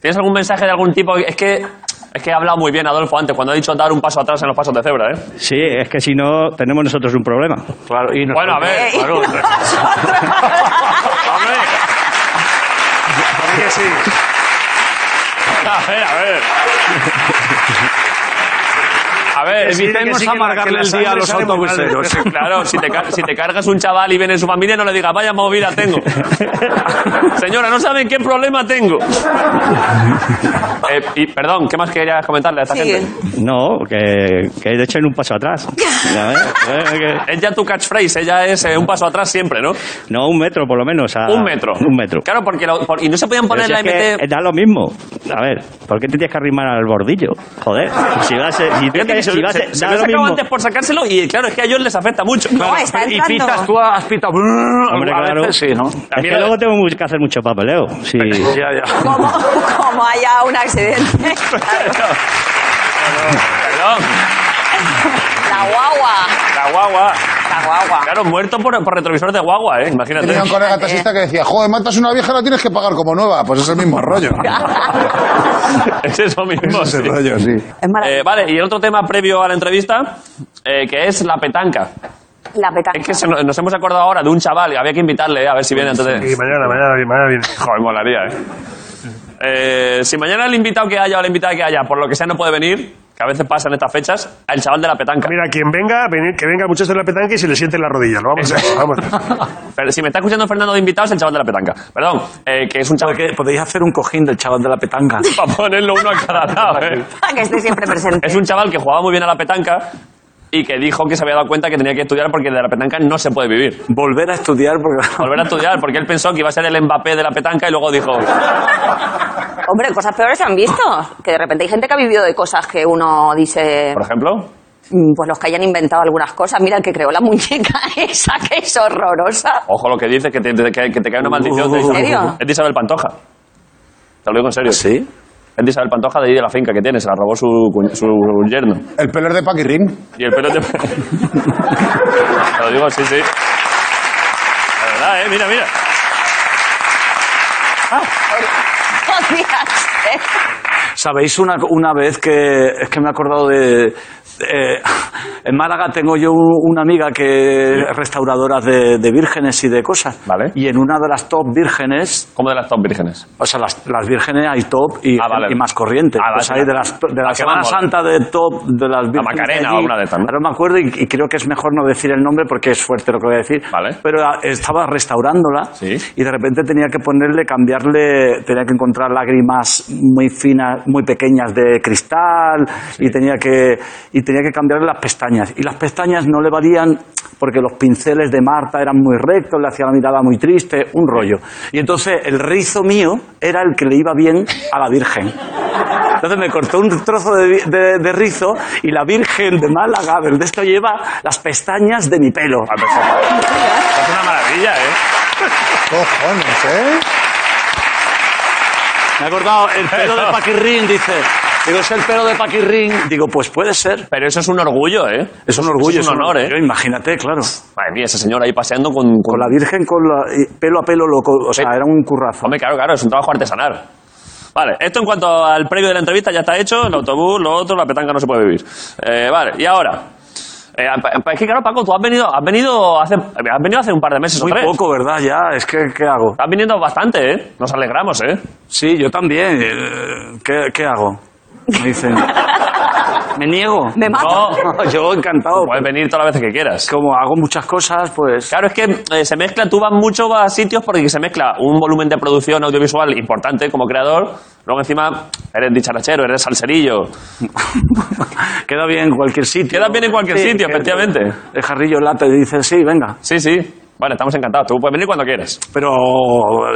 [SPEAKER 1] ¿Tienes algún mensaje de algún tipo? Es que, es que he hablado muy bien, Adolfo, antes, cuando ha dicho dar un paso atrás en los pasos de cebra, ¿eh?
[SPEAKER 7] Sí, es que si no, tenemos nosotros un problema.
[SPEAKER 9] claro, y nos-
[SPEAKER 1] Bueno, a ver,
[SPEAKER 8] Ey.
[SPEAKER 1] claro. Hombre,
[SPEAKER 5] Para mí que sí.
[SPEAKER 1] a ver, a ver. A ver,
[SPEAKER 5] Que sí, que
[SPEAKER 1] evitemos
[SPEAKER 5] sí, que la-
[SPEAKER 1] amargarle
[SPEAKER 5] que la
[SPEAKER 1] el día a
[SPEAKER 5] sangre
[SPEAKER 1] los
[SPEAKER 5] sale muy mal.
[SPEAKER 1] autobuseros. Claro, si te, ca- si te cargas un chaval y viene su familia, no le digas, vaya movida tengo. Señora, no saben qué problema tengo. Eh, y, perdón, ¿qué más querías comentarle a esta
[SPEAKER 8] Sí.
[SPEAKER 1] gente?
[SPEAKER 7] No, que, que echen un paso atrás. Ya ves, eh, que-
[SPEAKER 1] Es ya tu catchphrase, ella es eh, un paso atrás siempre, ¿no?
[SPEAKER 7] No, un metro por lo menos. a-
[SPEAKER 1] un metro.
[SPEAKER 7] Ah, Un metro.
[SPEAKER 1] Claro, porque lo- por- y no se podían
[SPEAKER 7] Pero
[SPEAKER 1] poner
[SPEAKER 7] si
[SPEAKER 1] la
[SPEAKER 7] es que
[SPEAKER 1] MT.
[SPEAKER 7] da lo mismo. A ver, ¿por qué te tienes que arrimar al bordillo? Joder, si vas a... Si tú
[SPEAKER 1] Fíjate que
[SPEAKER 7] quieres-
[SPEAKER 1] se,
[SPEAKER 7] si vas a-
[SPEAKER 1] se- se
[SPEAKER 7] da
[SPEAKER 1] lo
[SPEAKER 7] lo
[SPEAKER 1] sacaba
[SPEAKER 7] mismo.
[SPEAKER 1] antes por sacárselo y claro, es que a ellos les afecta mucho.
[SPEAKER 8] No, está
[SPEAKER 9] y
[SPEAKER 8] entrando.
[SPEAKER 9] pitas tú, has pitado.
[SPEAKER 7] Hombre,
[SPEAKER 9] a
[SPEAKER 7] claro.
[SPEAKER 9] veces sí, ¿no?
[SPEAKER 7] Es que
[SPEAKER 1] eh.
[SPEAKER 7] luego tengo mu- que hacer mucho papeleo. Sí.
[SPEAKER 9] Ya, ya.
[SPEAKER 8] Como, como haya un accidente. Claro.
[SPEAKER 1] Perdón,
[SPEAKER 8] La guagua.
[SPEAKER 1] la guagua.
[SPEAKER 8] La guagua.
[SPEAKER 1] Claro, muerto por, por retrovisor de guagua, ¿eh? Imagínate.
[SPEAKER 2] Tenía un colega taxista que decía, joder, matas una vieja, la tienes que pagar como nueva. Pues es el mismo rollo.
[SPEAKER 1] es eso mismo.
[SPEAKER 2] Es el
[SPEAKER 1] sí.
[SPEAKER 2] rollo, sí.
[SPEAKER 8] Es maravilloso.
[SPEAKER 1] Eh, vale, y el otro tema previo a la entrevista, eh, que es la petanca.
[SPEAKER 8] la petanca.
[SPEAKER 1] Es que se nos, nos hemos acordado ahora de un chaval, y había que invitarle, eh, a ver si viene antes de...
[SPEAKER 5] Y mañana, mañana, viene, mañana viene.
[SPEAKER 1] Joder, molaría, ¿eh? Eh, Si mañana el invitado que haya o la invitada que haya, por lo que sea, no puede venir, que a veces pasan estas fechas, al chaval de la petanca.
[SPEAKER 5] Mira, quien venga, venir- que venga muchachos de la petanca y se le siente en la rodilla. Lo vamos a hacer, vamos.
[SPEAKER 1] Pero si me está escuchando Fernando de invitado, es el chaval de la petanca. Perdón, eh, que es un chaval que...
[SPEAKER 9] Porque podéis hacer un cojín del chaval de la petanca.
[SPEAKER 1] Para ponerlo uno a cada lado, eh.
[SPEAKER 8] Para que esté siempre presente.
[SPEAKER 1] Es un chaval que jugaba muy bien a la petanca y que dijo que se había dado cuenta que tenía que estudiar porque de la petanca no se puede vivir.
[SPEAKER 9] Volver a estudiar porque...
[SPEAKER 1] Volver a estudiar, porque él pensó que iba a ser el Mbappé de la petanca y luego dijo...
[SPEAKER 8] Hombre, cosas peores se han visto. Que de repente hay gente que ha vivido de cosas que uno dice...
[SPEAKER 1] Por ejemplo,
[SPEAKER 8] mm, Pues los que hayan inventado algunas cosas. Mira el que creó la muñeca esa, que es horrorosa.
[SPEAKER 1] ojo lo que dices, que te, te- que- que te cae una maldición. de
[SPEAKER 8] ¿En serio?
[SPEAKER 1] Es de Isabel Pantoja. Te lo digo en serio.
[SPEAKER 9] Ah, ¿Sí?
[SPEAKER 1] Es de Isabel Pantoja de ahí de la finca que tiene, se la robó su, cuñ- su yerno.
[SPEAKER 2] El pelo es de Paquirrín.
[SPEAKER 1] Y el pelo te... te lo digo, sí, sí. La verdad, eh, mira, mira.
[SPEAKER 8] Podías ser.
[SPEAKER 9] ¿Sabéis una, una vez que... Es que me he acordado de... eh, en Málaga tengo yo una amiga que es restauradora de, de vírgenes y de cosas.
[SPEAKER 1] Vale.
[SPEAKER 9] Y en una de las top vírgenes,
[SPEAKER 1] Como de las top vírgenes.
[SPEAKER 9] o sea, las, las vírgenes hay top y,
[SPEAKER 1] Ah, vale.
[SPEAKER 9] y más corriente.
[SPEAKER 1] Ah, vale,
[SPEAKER 9] pues
[SPEAKER 1] sí,
[SPEAKER 9] hay
[SPEAKER 1] vale.
[SPEAKER 9] de las de
[SPEAKER 1] La
[SPEAKER 9] la
[SPEAKER 1] que
[SPEAKER 9] Semana
[SPEAKER 1] más mola.
[SPEAKER 9] Santa de top de las vírgenes.
[SPEAKER 1] Macarena
[SPEAKER 9] de
[SPEAKER 1] o
[SPEAKER 9] allí.
[SPEAKER 1] alguna de estas, ¿no?
[SPEAKER 9] Ahora me acuerdo y, y creo que es mejor no decir el nombre porque es fuerte lo que voy a decir.
[SPEAKER 1] Vale.
[SPEAKER 9] Pero ah, estaba restaurándola
[SPEAKER 1] Sí.
[SPEAKER 9] y de repente tenía que ponerle, cambiarle, tenía que encontrar lágrimas muy finas, muy pequeñas de cristal y tenía que y tenía que cambiarle las pestañas y las pestañas no le valían porque los pinceles de Marta eran muy rectos, le hacía la mirada muy triste, un rollo. Y entonces el rizo mío era el que le iba bien a la Virgen. Entonces me cortó un trozo de, vi- de- de rizo y la Virgen de Málaga, del de esto lleva las pestañas de mi pelo.
[SPEAKER 1] A ver, Es una maravilla, ¿eh?
[SPEAKER 2] Cojones, ¿eh?
[SPEAKER 9] Me he acordado, el pelo de Paquirrín, dice. Digo, es el pelo de Paquirrín. Digo, pues puede ser.
[SPEAKER 1] Pero eso es un orgullo, ¿eh?
[SPEAKER 9] Es un orgullo.
[SPEAKER 1] Es un honor, ¿eh?
[SPEAKER 9] Imagínate, claro.
[SPEAKER 1] Madre mía, ese señor ahí paseando con... con-
[SPEAKER 9] Con la Virgen, con la- y pelo a pelo, loco. O sea,
[SPEAKER 1] Pe-
[SPEAKER 9] era un currazo.
[SPEAKER 1] Hombre, claro, claro, es un trabajo artesanal. Vale, esto en cuanto al previo de la entrevista ya está hecho, el autobús, lo otro, la petanca no se puede vivir. Eh, vale, y ahora... Eh, pa- pa- es que claro, Paco, tú has venido, has venido hace, eh, has venido hace un par de meses o
[SPEAKER 9] Muy
[SPEAKER 1] tres.
[SPEAKER 9] poco, ¿verdad? Ya, es que, ¿qué hago?
[SPEAKER 1] Estás viniendo bastante, ¿eh? Nos alegramos, ¿eh?
[SPEAKER 9] Sí, yo también. eh, ¿Qué, qué hago? Me dicen. Me niego.
[SPEAKER 8] Me mato.
[SPEAKER 9] Yo encantado.
[SPEAKER 1] Puedes venir todas las veces que quieras.
[SPEAKER 9] Como hago muchas cosas, pues.
[SPEAKER 1] Claro, es que eh, se mezcla, tú vas mucho a sitios porque se mezcla un volumen de producción audiovisual importante como creador, luego encima eres dicharachero, eres salserillo.
[SPEAKER 9] Queda bien en cualquier sitio.
[SPEAKER 1] Queda bien en cualquier sitio,
[SPEAKER 9] que-
[SPEAKER 1] efectivamente.
[SPEAKER 9] El jarrillo lata y dice, sí, venga.
[SPEAKER 1] Sí, sí. Bueno, estamos encantados. Tú puedes venir cuando quieras.
[SPEAKER 9] Pero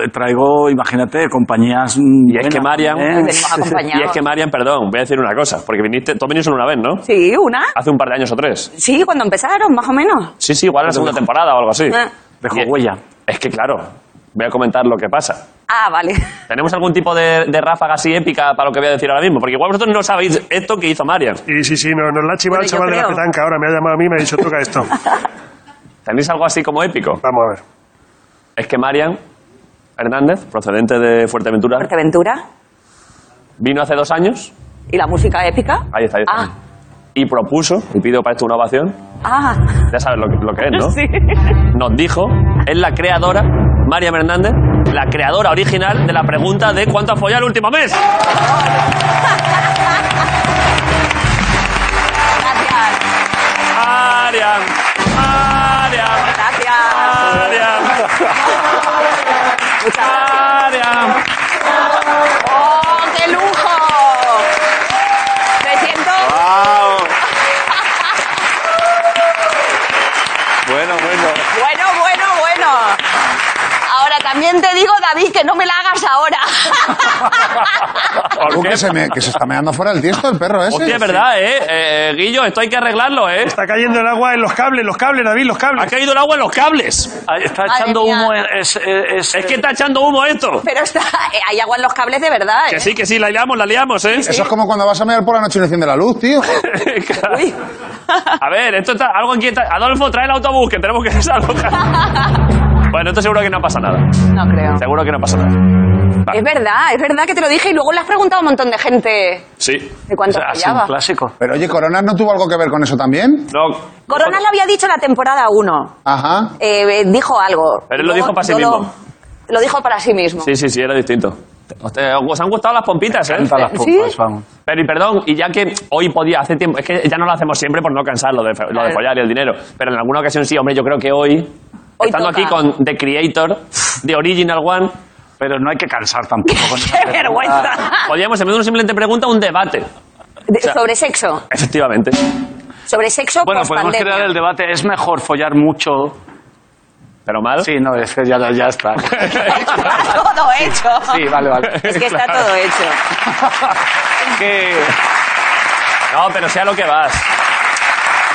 [SPEAKER 9] eh, traigo, imagínate, compañías. Y
[SPEAKER 1] es que Marian-
[SPEAKER 8] Y venimos acompañados.
[SPEAKER 1] Y es que, Marian, perdón, voy a decir una cosa, porque viniste, tú viniste solo una vez, ¿no?
[SPEAKER 8] Sí, una.
[SPEAKER 1] Hace un par de años o tres.
[SPEAKER 8] Sí, cuando empezaron, más o menos.
[SPEAKER 1] Sí, sí, igual en la segunda temporada o algo así.
[SPEAKER 8] Ah.
[SPEAKER 9] Dejó
[SPEAKER 1] Y-
[SPEAKER 9] huella.
[SPEAKER 1] Es que, claro, voy a comentar lo que pasa.
[SPEAKER 8] Ah, vale.
[SPEAKER 1] ¿Tenemos algún tipo de, de ráfaga así épica para lo que voy a decir ahora mismo? Porque igual vosotros no sabéis esto que hizo Marian.
[SPEAKER 5] Y sí, sí, nos, nos la ha chivado
[SPEAKER 8] Bueno,
[SPEAKER 5] el
[SPEAKER 8] yo
[SPEAKER 5] chaval de la
[SPEAKER 8] creo.
[SPEAKER 5] petanca ahora. Me ha llamado a mí y me ha dicho, toca esto.
[SPEAKER 1] ¿Tenéis algo así como épico?
[SPEAKER 5] Vamos a ver.
[SPEAKER 1] Es que Marian Hernández, procedente de Fuerteventura,
[SPEAKER 8] Fuerteventura.
[SPEAKER 1] vino hace dos años,
[SPEAKER 8] ¿Y la música épica?
[SPEAKER 1] ahí está, ahí está,
[SPEAKER 8] Ah,
[SPEAKER 1] y propuso, y pido para esto una ovación,
[SPEAKER 8] ah.
[SPEAKER 1] ya sabes lo, que- lo que es, ¿no?
[SPEAKER 8] Sí.
[SPEAKER 1] Nos dijo, es la creadora, Marian Hernández, la creadora original de la pregunta de cuánto ha follado el último mes.
[SPEAKER 8] Gracias.
[SPEAKER 1] Marian, Marian,
[SPEAKER 8] Gracias.
[SPEAKER 1] Marian,
[SPEAKER 8] Muchas gracias.
[SPEAKER 1] Marian.
[SPEAKER 8] ¡Oh, qué lujo! Me siento.
[SPEAKER 10] Bueno, bueno.
[SPEAKER 8] Bueno, bueno, bueno. Ahora también te digo, David, que no me la hagas ahora.
[SPEAKER 2] Tú, que, se me- que se está meando fuera del tiesto el perro ese.
[SPEAKER 1] Hostia, es verdad, ¿eh? Eh, Guillo, esto hay que arreglarlo, ¿eh?
[SPEAKER 5] Está cayendo el agua en los cables, los cables, David, los
[SPEAKER 1] Ha
[SPEAKER 5] cables.
[SPEAKER 1] caído el agua en los cables.
[SPEAKER 9] Ah, Está
[SPEAKER 8] Madre
[SPEAKER 9] echando
[SPEAKER 8] mía.
[SPEAKER 9] humo. Es, eh, es- es-
[SPEAKER 1] Es que está echando humo esto.
[SPEAKER 8] Pero está, eh, hay agua en los cables de verdad. ¿eh?
[SPEAKER 1] Que sí, que sí, la liamos, la liamos, ¿eh?
[SPEAKER 2] Eso es como cuando vas a mear por la noche y no enciende la luz, tío.
[SPEAKER 1] Claro.
[SPEAKER 8] Uy.
[SPEAKER 1] A ver, esto está algo inquieta. Adolfo, trae el autobús, que tenemos que desalojar. Bueno, esto seguro que no pasa nada.
[SPEAKER 8] No creo.
[SPEAKER 1] Seguro que no pasa nada.
[SPEAKER 8] Es verdad, es verdad que te lo dije y luego le has preguntado a un montón de gente
[SPEAKER 1] Sí.
[SPEAKER 8] de cuánto
[SPEAKER 9] ha sido
[SPEAKER 8] fallaba.
[SPEAKER 9] un clásico.
[SPEAKER 2] Pero oye, Coronas no tuvo algo que ver con eso también.
[SPEAKER 1] No.
[SPEAKER 8] Corona le había dicho en la temporada 1.
[SPEAKER 2] Ajá.
[SPEAKER 8] dijo algo.
[SPEAKER 1] Pero él lo
[SPEAKER 8] Luego
[SPEAKER 1] dijo para sí
[SPEAKER 8] yo lo-
[SPEAKER 1] mismo.
[SPEAKER 8] Lo, dijo para sí mismo.
[SPEAKER 1] Sí, sí, sí, era distinto. Hostia, Os han gustado las pompitas, ¿eh?
[SPEAKER 9] Canta las
[SPEAKER 8] ¿Sí?
[SPEAKER 9] pompas, vamos.
[SPEAKER 1] Pero y perdón, y ya que hoy podía, hace tiempo, es que ya no lo hacemos siempre por no cansar lo de, fe- lo de follar y el dinero, pero en alguna ocasión sí, hombre, yo creo que hoy,
[SPEAKER 8] Hoy
[SPEAKER 1] estando
[SPEAKER 8] toca.
[SPEAKER 1] aquí con The Creator, The Original One,
[SPEAKER 9] Pero no hay que cansar tampoco con esa
[SPEAKER 8] ¡Qué vergüenza!
[SPEAKER 1] podríamos, en vez de una simplemente pregunta, un debate.
[SPEAKER 8] De-
[SPEAKER 1] sea-
[SPEAKER 8] sobre sexo.
[SPEAKER 1] Efectivamente.
[SPEAKER 8] Sobre sexo
[SPEAKER 9] Bueno, podemos
[SPEAKER 8] post-pandemia.
[SPEAKER 9] crear el debate. ¿Es mejor follar mucho?
[SPEAKER 1] Pero mal.
[SPEAKER 9] Sí, no, es que ya, ya está.
[SPEAKER 8] Está todo hecho.
[SPEAKER 9] Sí, vale, vale.
[SPEAKER 8] Es que está
[SPEAKER 1] Claro.
[SPEAKER 8] todo hecho.
[SPEAKER 9] Que-
[SPEAKER 1] No, pero sea lo que vas.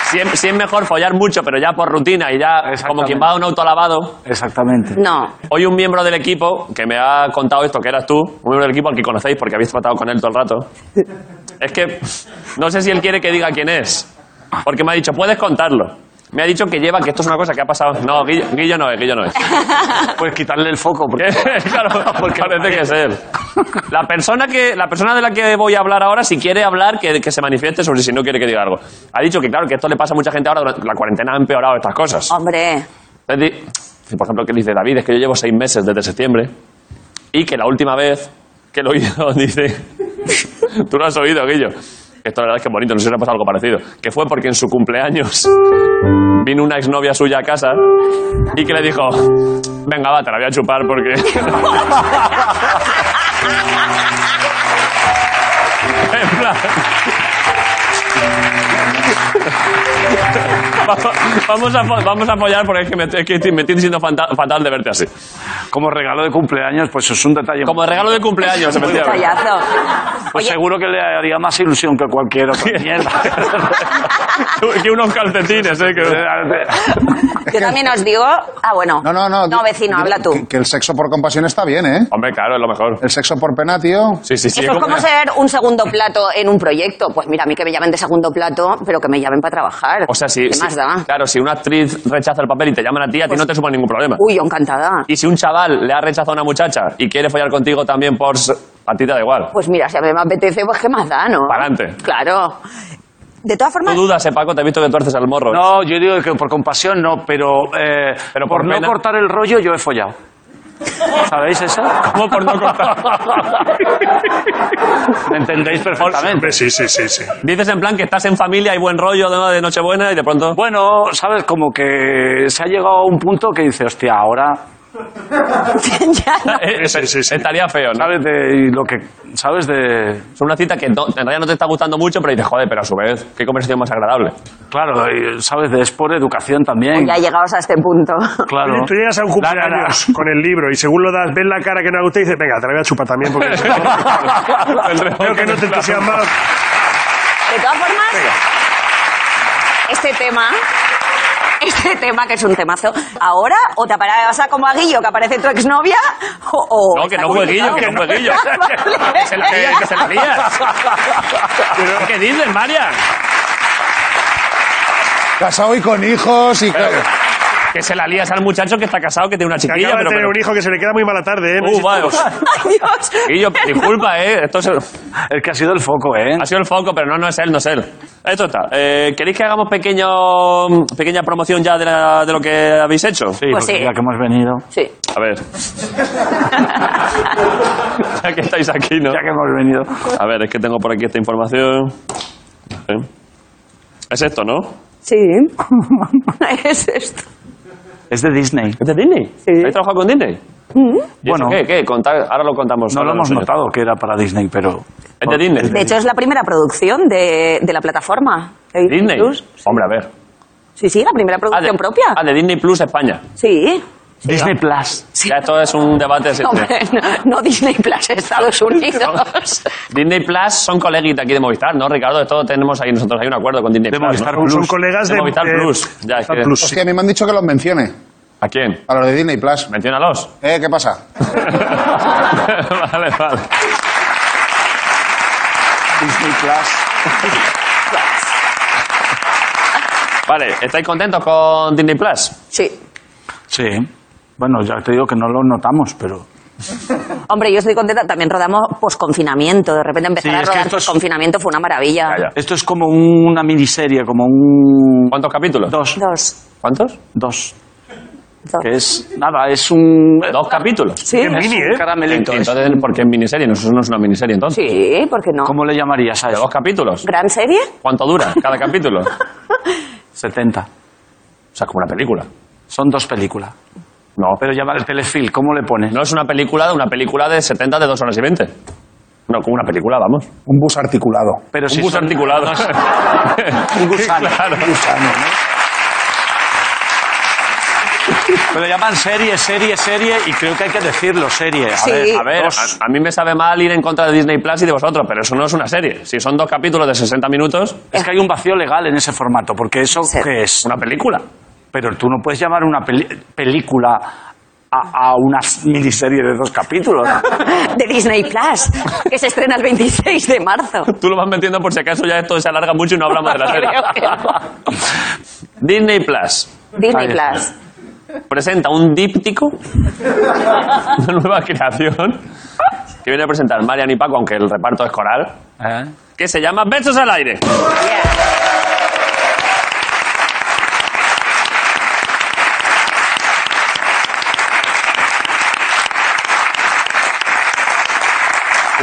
[SPEAKER 1] Si es, si es mejor follar mucho, pero ya por rutina y ya como quien va a un autolavado.
[SPEAKER 9] Exactamente.
[SPEAKER 8] No.
[SPEAKER 1] Hoy un miembro del equipo que me ha contado esto, que eras tú, un miembro del equipo al que conocéis porque habéis tratado con él todo el rato. Es que no sé si él quiere que diga quién es. Porque me ha dicho, puedes contarlo. Me ha dicho que lleva, que esto es una cosa que ha pasado. No, Guillo, Guillo no es, Guillo no es.
[SPEAKER 9] Pues quitarle el foco. Porque...
[SPEAKER 1] Que- claro, porque parece que es él. La persona, que, la persona de la que voy a hablar ahora, si quiere hablar, que, que se manifieste sobre si no quiere que diga algo. Ha dicho que, claro, que esto le pasa a mucha gente ahora, durante la cuarentena ha empeorado estas cosas.
[SPEAKER 8] Hombre.
[SPEAKER 1] Es decir, si, por ejemplo, que dice David, es que yo llevo seis meses desde septiembre y que la última vez que lo he oído, dice, tú lo has oído, Guillo. Esto la verdad es que es bonito, no sé si os ha pasado algo parecido. Que fue porque en su cumpleaños vino una exnovia suya a casa y que le dijo, venga, va, te la voy a chupar porque... En plan- Vamos a, fo- vamos a apoyar porque es que me, es que estoy- me estoy siendo fanta- fatal de verte así.
[SPEAKER 9] Como regalo de cumpleaños, pues es un detalle.
[SPEAKER 1] Como regalo de cumpleaños, efectivamente.
[SPEAKER 8] Payazo.
[SPEAKER 9] Pues
[SPEAKER 8] Oye,
[SPEAKER 9] seguro que le haría más ilusión que cualquier otra mierda.
[SPEAKER 1] que unos calcetines, ¿eh? Que-
[SPEAKER 8] yo también os digo. Ah, bueno.
[SPEAKER 2] No, no, no.
[SPEAKER 8] No, vecino,
[SPEAKER 2] Yo-
[SPEAKER 8] habla tú.
[SPEAKER 2] Que, que el sexo por compasión está bien, ¿eh?
[SPEAKER 1] Hombre, claro, es lo mejor.
[SPEAKER 2] El sexo por pena, tío.
[SPEAKER 1] Sí, sí, sí.
[SPEAKER 8] Eso es como
[SPEAKER 1] como-
[SPEAKER 8] ser un segundo plato en un proyecto. Pues mira, a mí que me llamen de segundo plato, pero que me llamen para trabajar.
[SPEAKER 1] O sea, si,
[SPEAKER 8] ¿Qué
[SPEAKER 1] si-
[SPEAKER 8] más da?
[SPEAKER 1] claro, si una actriz rechaza el papel y te llaman a ti, a ti
[SPEAKER 8] Pues-
[SPEAKER 1] no te supone ningún problema.
[SPEAKER 8] Uy, yo encantada.
[SPEAKER 1] Y si un chaval le ha rechazado a una muchacha y quiere follar contigo también por... s- A ti te da igual.
[SPEAKER 8] Pues mira, si a mí me apetece, pues qué más da, ¿no?
[SPEAKER 1] Pa'lante.
[SPEAKER 8] Claro. De todas
[SPEAKER 1] Tú
[SPEAKER 8] formas,
[SPEAKER 1] dudas, eh, Paco, te he visto que tuerces al morro.
[SPEAKER 9] No, yo digo que por compasión no, pero, eh,
[SPEAKER 1] Pero por
[SPEAKER 9] por, no
[SPEAKER 1] pena.
[SPEAKER 9] cortar el rollo yo he follado. ¿Sabéis eso?
[SPEAKER 1] ¿Cómo por no cortar?
[SPEAKER 9] Me entendéis perfectamente.
[SPEAKER 5] Hombre, Sí, sí, sí, sí.
[SPEAKER 1] Dices en plan que estás en familia, hay buen rollo, ¿no? de Nochebuena y de pronto...
[SPEAKER 9] Bueno, sabes, como que se ha llegado a un punto que dice, hostia, ahora,
[SPEAKER 8] ya no.
[SPEAKER 1] Eh,
[SPEAKER 5] Sí, sí, sí.
[SPEAKER 1] Estaría feo, ¿no?
[SPEAKER 9] ¿sabes? De y lo que, ¿sabes? De,
[SPEAKER 1] Es una cita que no- en realidad no te está gustando mucho, pero dices, joder, pero a su vez, qué conversación más agradable.
[SPEAKER 9] claro, y, ¿sabes? De, es por educación
[SPEAKER 8] Oye,
[SPEAKER 9] también.
[SPEAKER 8] ya llegados a este punto.
[SPEAKER 9] Claro.
[SPEAKER 5] Tú llegas a un
[SPEAKER 9] La- la- la-
[SPEAKER 5] cumpleaños con el libro y según lo das, ves la cara que no le gusta y dices, venga, te la voy a chupar también porque creo que no te entusiasmas.
[SPEAKER 8] De todas formas, este tema, este tema que es un temazo, ¿ahora o te vas a como a Guillo que aparece tu exnovia? O, o
[SPEAKER 1] No, que
[SPEAKER 8] está
[SPEAKER 1] no fue Guillo,
[SPEAKER 8] complicado?
[SPEAKER 1] que no fue Guillo.
[SPEAKER 8] Vale.
[SPEAKER 1] Que se la lías, que se la lías. ¿Qué dices, Marian?
[SPEAKER 2] Casado y con hijos y...
[SPEAKER 1] Que se la lías al muchacho que está casado, que tiene una
[SPEAKER 5] Que
[SPEAKER 1] chiquilla,
[SPEAKER 5] acaba de
[SPEAKER 1] pero...
[SPEAKER 5] tener
[SPEAKER 1] pero-
[SPEAKER 5] un hijo que se le queda muy mala tarde, ¿eh? No
[SPEAKER 1] Uh,
[SPEAKER 5] sé si-
[SPEAKER 1] vale.
[SPEAKER 8] Ay, Dios.
[SPEAKER 1] Guillo, disculpa, ¿eh? Esto es el-
[SPEAKER 9] El que ha sido el foco, ¿eh?
[SPEAKER 5] Ah,
[SPEAKER 1] ha sido el foco, pero no, no es él, no es él. Esto está. Eh, ¿Queréis que hagamos pequeño, pequeña promoción ya de, la- de lo que habéis hecho?
[SPEAKER 9] Sí,
[SPEAKER 8] Pues
[SPEAKER 9] porque
[SPEAKER 8] sí.
[SPEAKER 9] ya que hemos venido.
[SPEAKER 8] Sí.
[SPEAKER 1] A ver. ya que estáis aquí, ¿no?
[SPEAKER 9] Ya que hemos venido.
[SPEAKER 1] A ver, es que tengo por aquí esta información. Eh. Es esto, ¿no?
[SPEAKER 8] Sí. es esto.
[SPEAKER 9] Es de Disney.
[SPEAKER 1] ¿Es de Disney? Sí. ¿Habéis trabajado con Disney? ¿Y eso
[SPEAKER 9] Bueno.
[SPEAKER 1] ¿Qué? ¿Qué? Contar- ahora lo contamos.
[SPEAKER 9] No
[SPEAKER 1] ahora
[SPEAKER 9] lo hemos
[SPEAKER 1] enseño.
[SPEAKER 9] notado que era para Disney, pero...
[SPEAKER 1] Es de Disney.
[SPEAKER 8] De hecho, es la primera producción de, de la plataforma. de
[SPEAKER 1] Disney.
[SPEAKER 8] Plus.
[SPEAKER 1] Hombre, a ver.
[SPEAKER 8] Sí, sí, la primera
[SPEAKER 1] Ah, de,
[SPEAKER 8] producción propia.
[SPEAKER 1] Ah, de Disney Plus España.
[SPEAKER 8] Sí.
[SPEAKER 9] Disney Plus.
[SPEAKER 1] Ya esto es un debate. sí.
[SPEAKER 8] Hombre, no, no Disney Plus, Estados Unidos.
[SPEAKER 1] Disney Plus son coleguitas aquí de Movistar, ¿no, Ricardo? Esto tenemos ahí, nosotros hay un acuerdo con Disney
[SPEAKER 9] De
[SPEAKER 1] Plus.
[SPEAKER 9] Movistar
[SPEAKER 1] ¿no?
[SPEAKER 5] Son colegas
[SPEAKER 1] De
[SPEAKER 5] de...
[SPEAKER 1] Movistar
[SPEAKER 5] de-
[SPEAKER 1] Plus. Ya, es que-
[SPEAKER 5] Movistar Plus, sí.
[SPEAKER 2] Hostia, a mí me han dicho que los mencione.
[SPEAKER 1] ¿A quién?
[SPEAKER 2] A los de Disney Plus.
[SPEAKER 1] Menciónalos.
[SPEAKER 2] ¿Eh? ¿Qué pasa?
[SPEAKER 1] vale, vale.
[SPEAKER 9] Disney Plus.
[SPEAKER 1] Vale, ¿estáis contentos con Disney Plus?
[SPEAKER 8] Sí.
[SPEAKER 9] Sí. Bueno, ya te digo que no lo notamos, pero...
[SPEAKER 8] Hombre, yo estoy contenta. También rodamos posconfinamiento. De repente empezar
[SPEAKER 9] Sí,
[SPEAKER 8] a
[SPEAKER 9] es que
[SPEAKER 8] rodar
[SPEAKER 9] esto es-
[SPEAKER 8] posconfinamiento fue una maravilla.
[SPEAKER 1] Ya, ya.
[SPEAKER 9] Esto es como una miniserie, como un...
[SPEAKER 5] Mm,
[SPEAKER 1] ¿Cuántos capítulos?
[SPEAKER 9] Dos.
[SPEAKER 8] Dos.
[SPEAKER 1] ¿Cuántos?
[SPEAKER 9] Dos.
[SPEAKER 8] Exacto.
[SPEAKER 9] Que es, nada, es un...
[SPEAKER 1] Mm, Dos capítulos.
[SPEAKER 8] Sí,
[SPEAKER 11] Qué mini, ¿eh?
[SPEAKER 9] Caramelito. es-
[SPEAKER 1] Entonces, ¿por qué es miniserie? No, eso no es una miniserie, entonces.
[SPEAKER 8] sí, ¿por qué no?
[SPEAKER 9] ¿Cómo le llamarías a
[SPEAKER 1] ¿De
[SPEAKER 9] eso?
[SPEAKER 1] dos capítulos?
[SPEAKER 8] ¿Gran serie?
[SPEAKER 1] ¿Cuánto dura cada capítulo? O
[SPEAKER 9] 70.
[SPEAKER 1] sea, como una película.
[SPEAKER 9] Son dos películas.
[SPEAKER 1] No,
[SPEAKER 9] Pero llama el telefilm, ¿cómo le pones?
[SPEAKER 1] No es una película de una película de 70 de 2 horas y 20. No, como una película, vamos.
[SPEAKER 2] Un bus articulado.
[SPEAKER 9] Pero
[SPEAKER 1] un bus
[SPEAKER 9] son-
[SPEAKER 1] articulado.
[SPEAKER 9] Un gusano.
[SPEAKER 1] Claro.
[SPEAKER 9] Pero llaman serie, serie, serie, y creo que hay que decirlo, serie. A
[SPEAKER 8] Sí.
[SPEAKER 9] ver,
[SPEAKER 1] A ver,
[SPEAKER 9] dos.
[SPEAKER 1] a, a mí me sabe mal ir en contra de Disney Plus y de vosotros, pero eso no es una serie. Si son dos capítulos de 60 minutos,
[SPEAKER 9] es que hay un vacío legal en ese formato, porque eso
[SPEAKER 8] Sí.
[SPEAKER 9] qué es.
[SPEAKER 1] una película.
[SPEAKER 9] Pero tú no puedes llamar una peli- película a, a una miniserie de dos capítulos.
[SPEAKER 8] De Disney Plus, que se estrena el 26 de marzo.
[SPEAKER 1] Tú lo vas metiendo por si acaso ya esto se alarga mucho y no hablamos de la serie.
[SPEAKER 8] Creo que no.
[SPEAKER 1] Disney Plus
[SPEAKER 8] Disney
[SPEAKER 9] Ahí
[SPEAKER 8] Plus.
[SPEAKER 1] presenta un díptico, una nueva creación, que viene a presentar Marian y Paco, aunque el reparto es coral,
[SPEAKER 9] ¿Eh?
[SPEAKER 1] que se llama Besos al aire.